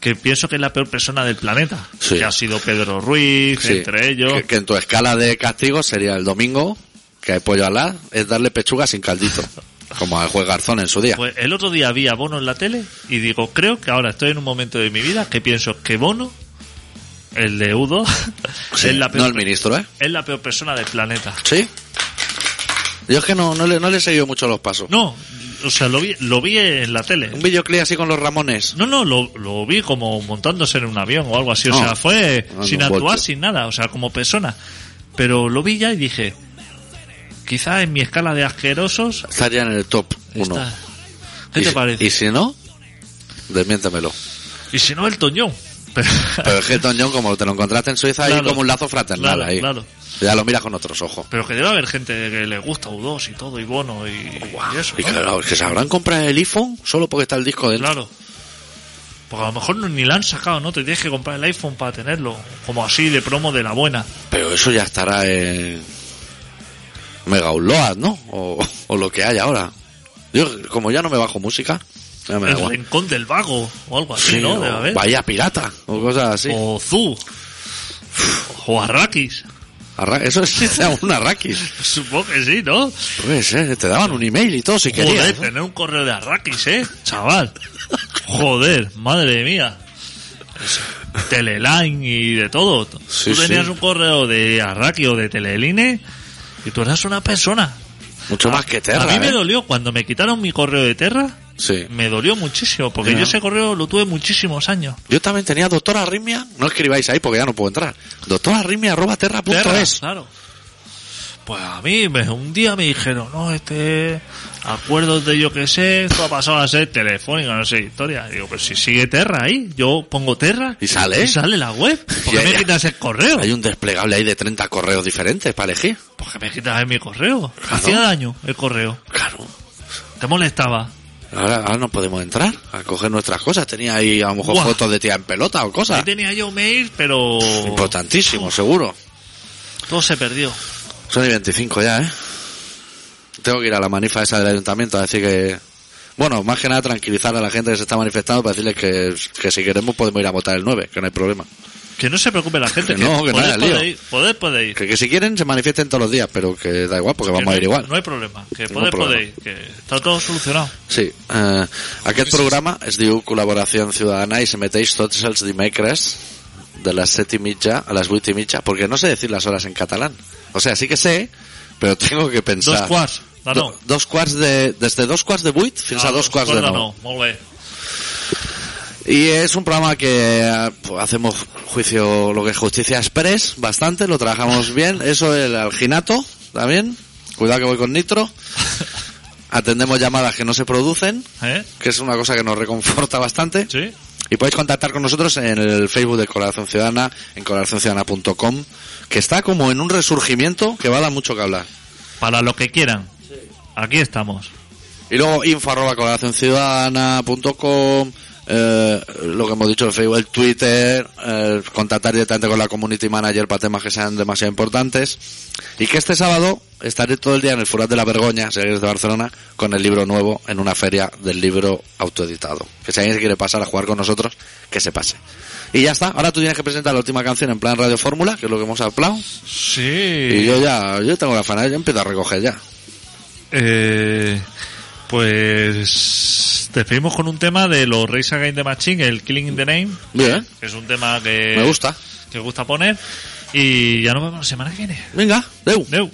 Speaker 2: que pienso que es la peor persona del planeta.
Speaker 1: Sí.
Speaker 2: Que ha sido Pedro Ruiz,
Speaker 1: Sí.
Speaker 2: entre ellos.
Speaker 1: Que, que en tu escala de castigo sería el domingo, que hay pollo alá, es darle pechuga sin caldito. como al juez Garzón en su día.
Speaker 2: Pues el otro día vi a Bono en la tele y digo, creo que ahora estoy en un momento de mi vida que pienso que Bono, el de Udo,
Speaker 1: Sí,
Speaker 2: es, la
Speaker 1: no el
Speaker 2: peor,
Speaker 1: ministro, ¿eh?
Speaker 2: es la peor persona del planeta.
Speaker 1: Sí. Yo es que no, no, le, no le he seguido mucho los pasos.
Speaker 2: No, o sea, lo vi, lo vi en la tele.
Speaker 1: Un videoclip así con los Ramones.
Speaker 2: No, no, lo, lo vi como montándose en un avión o algo así. O
Speaker 1: No.
Speaker 2: sea, fue
Speaker 1: No, no,
Speaker 2: sin
Speaker 1: un
Speaker 2: actuar,
Speaker 1: golpe.
Speaker 2: sin nada, o sea, como persona. Pero lo vi ya y dije, quizás en mi escala de asquerosos...
Speaker 1: Estaría en el top 1.
Speaker 2: está. ¿Qué
Speaker 1: y,
Speaker 2: te
Speaker 1: si-
Speaker 2: parece?
Speaker 1: Y si no, desmiéntemelo.
Speaker 2: Y, si no, el Toñón. Pero,
Speaker 1: Pero es que Elton John, como te lo encontraste en Suiza, hay
Speaker 2: Claro.
Speaker 1: como un lazo fraternal
Speaker 2: Claro,
Speaker 1: ahí.
Speaker 2: claro.
Speaker 1: Ya lo miras con otros ojos.
Speaker 2: pero que debe haber gente que le gusta U2 y todo, y Bono y, y eso,
Speaker 1: Y
Speaker 2: ¿no?
Speaker 1: claro, es que se habrán comprado el iPhone solo porque está el disco dentro.
Speaker 2: Claro. Porque a lo mejor no- ni la han sacado, ¿no? Te tienes que comprar el iPhone para tenerlo. Como así, de promo de la buena.
Speaker 1: Pero eso ya estará en Mega Upload, ¿no? O, o lo que haya ahora. Yo, como ya no me bajo música, ya me da
Speaker 2: el
Speaker 1: igual.
Speaker 2: rincón del vago o algo así,
Speaker 1: Sí,
Speaker 2: ¿no?
Speaker 1: o
Speaker 2: Debe haber.
Speaker 1: Bahía Pirata, o cosas así.
Speaker 2: O Zu. O Arrakis.
Speaker 1: Arra- Eso es un arraquis.
Speaker 2: Supongo que sí, ¿no?
Speaker 1: Pues, eh, te daban un email y todo si
Speaker 2: Joder,
Speaker 1: querías. ¿no?
Speaker 2: tener un correo de Arrakis, ¿eh? Chaval. Joder, madre mía. Eso, Teleline y de todo.
Speaker 1: Sí,
Speaker 2: tú tenías
Speaker 1: sí.
Speaker 2: un correo de Arrakis o de Teleline y tú eras una persona.
Speaker 1: Mucho más que Terra.
Speaker 2: A mí me
Speaker 1: ¿eh?
Speaker 2: dolió cuando me quitaron mi correo de Terra.
Speaker 1: Sí.
Speaker 2: Me dolió muchísimo, porque
Speaker 1: Ya.
Speaker 2: yo ese correo lo tuve muchísimos años.
Speaker 1: Yo también tenía doctora arritmia, no escribáis ahí porque ya no puedo entrar. Doctora arritmia arroba terra punto
Speaker 2: Terra,
Speaker 1: es.
Speaker 2: Claro. Pues a mí me- un día me dijeron, no, este acuerdos de yo que sé, esto ha pasado a ser telefónica, no sé, historia. Digo, pues si sigue Terra ahí, yo pongo Terra
Speaker 1: Y sale.
Speaker 2: y sale la web. ¿Por
Speaker 1: Ya,
Speaker 2: qué me
Speaker 1: ya.
Speaker 2: quitas el correo?
Speaker 1: Hay un desplegable ahí de 30 correos diferentes para elegir.
Speaker 2: ¿Por qué me quitas mi correo? Hacía daño el correo.
Speaker 1: Claro.
Speaker 2: Te molestaba.
Speaker 1: Ahora, ahora no podemos entrar a coger nuestras cosas. Tenía ahí a lo mejor
Speaker 2: Buah.
Speaker 1: fotos de tía en pelota o
Speaker 2: Ahí
Speaker 1: cosas.
Speaker 2: tenía yo mail, pero
Speaker 1: Importantísimo, seguro.
Speaker 2: Todo se perdió.
Speaker 1: Son y 25 ya, ¿eh? Tengo que ir a la manifa esa del ayuntamiento a decir que... Bueno, más que nada tranquilizar a la gente que se está manifestando para decirles que, que si queremos podemos ir a votar el 9, que no hay problema.
Speaker 2: Que no se preocupe la gente.
Speaker 1: Que no, que no
Speaker 2: poder
Speaker 1: haya
Speaker 2: puede
Speaker 1: lío.
Speaker 2: ir, poder puede ir.
Speaker 1: Que, que si quieren se manifiesten todos los días, pero que da igual porque
Speaker 2: Que
Speaker 1: vamos a
Speaker 2: no
Speaker 1: ir
Speaker 2: hay-
Speaker 1: igual.
Speaker 2: No hay problema. Que
Speaker 1: Ningún
Speaker 2: poder
Speaker 1: problema.
Speaker 2: puede ir. Que está todo solucionado.
Speaker 1: Sí. Eh, aquest programa es diu Col·laboració Ciudadana i s'emeteix tots els dimecres de les 7 i mitja a les 8 i mitja, perquè no sé decir las horas en catalán. O sea, sí que sé, pero tengo que pensar...
Speaker 2: Dos quarts de nou.
Speaker 1: Do- dos quarts de, des de dos quarts de vuit fins a Ah, dos quarts de nou.
Speaker 2: Molt bé.
Speaker 1: Y es un programa que eh, pues, hacemos juicio, lo que es justicia express, bastante, lo trabajamos bien. Eso, el alginato, también. Cuidado que voy con nitro. Atendemos llamadas que no se producen,
Speaker 2: ¿Eh?
Speaker 1: que es una cosa que nos reconforta bastante.
Speaker 2: ¿Sí?
Speaker 1: Y podéis contactar con nosotros en el Facebook de Colaboración Ciudadana, en colaboracionciudadana.com, que está como en un resurgimiento que va a dar mucho que hablar.
Speaker 2: Para lo que quieran. Aquí estamos.
Speaker 1: Y luego info arroba colaboracionciudadana.com, eh, lo que hemos dicho en Facebook, el Twitter, eh, contactar directamente con la community manager para temas que sean demasiado importantes. Y que este sábado estaré todo el día en el Furat de la Vergoña, si eres de Barcelona, con el libro nuevo en una feria del libro autoeditado. Que si alguien se quiere pasar a jugar con nosotros, que se pase. Y ya está, ahora tú tienes que presentar la última canción en plan Radio Fórmula, que es lo que hemos hablado. Y
Speaker 2: Sí.
Speaker 1: yo ya, yo tengo la fanada, yo empiezo a recoger ya.
Speaker 2: Eh, pues despedimos con un tema de los Race Against the Machine, el Killing in the Name.
Speaker 1: Bien,
Speaker 2: que es un tema que
Speaker 1: me gusta.
Speaker 2: que gusta poner. Y ya nos vemos la semana que viene.
Speaker 1: Venga, deu.
Speaker 2: Deu.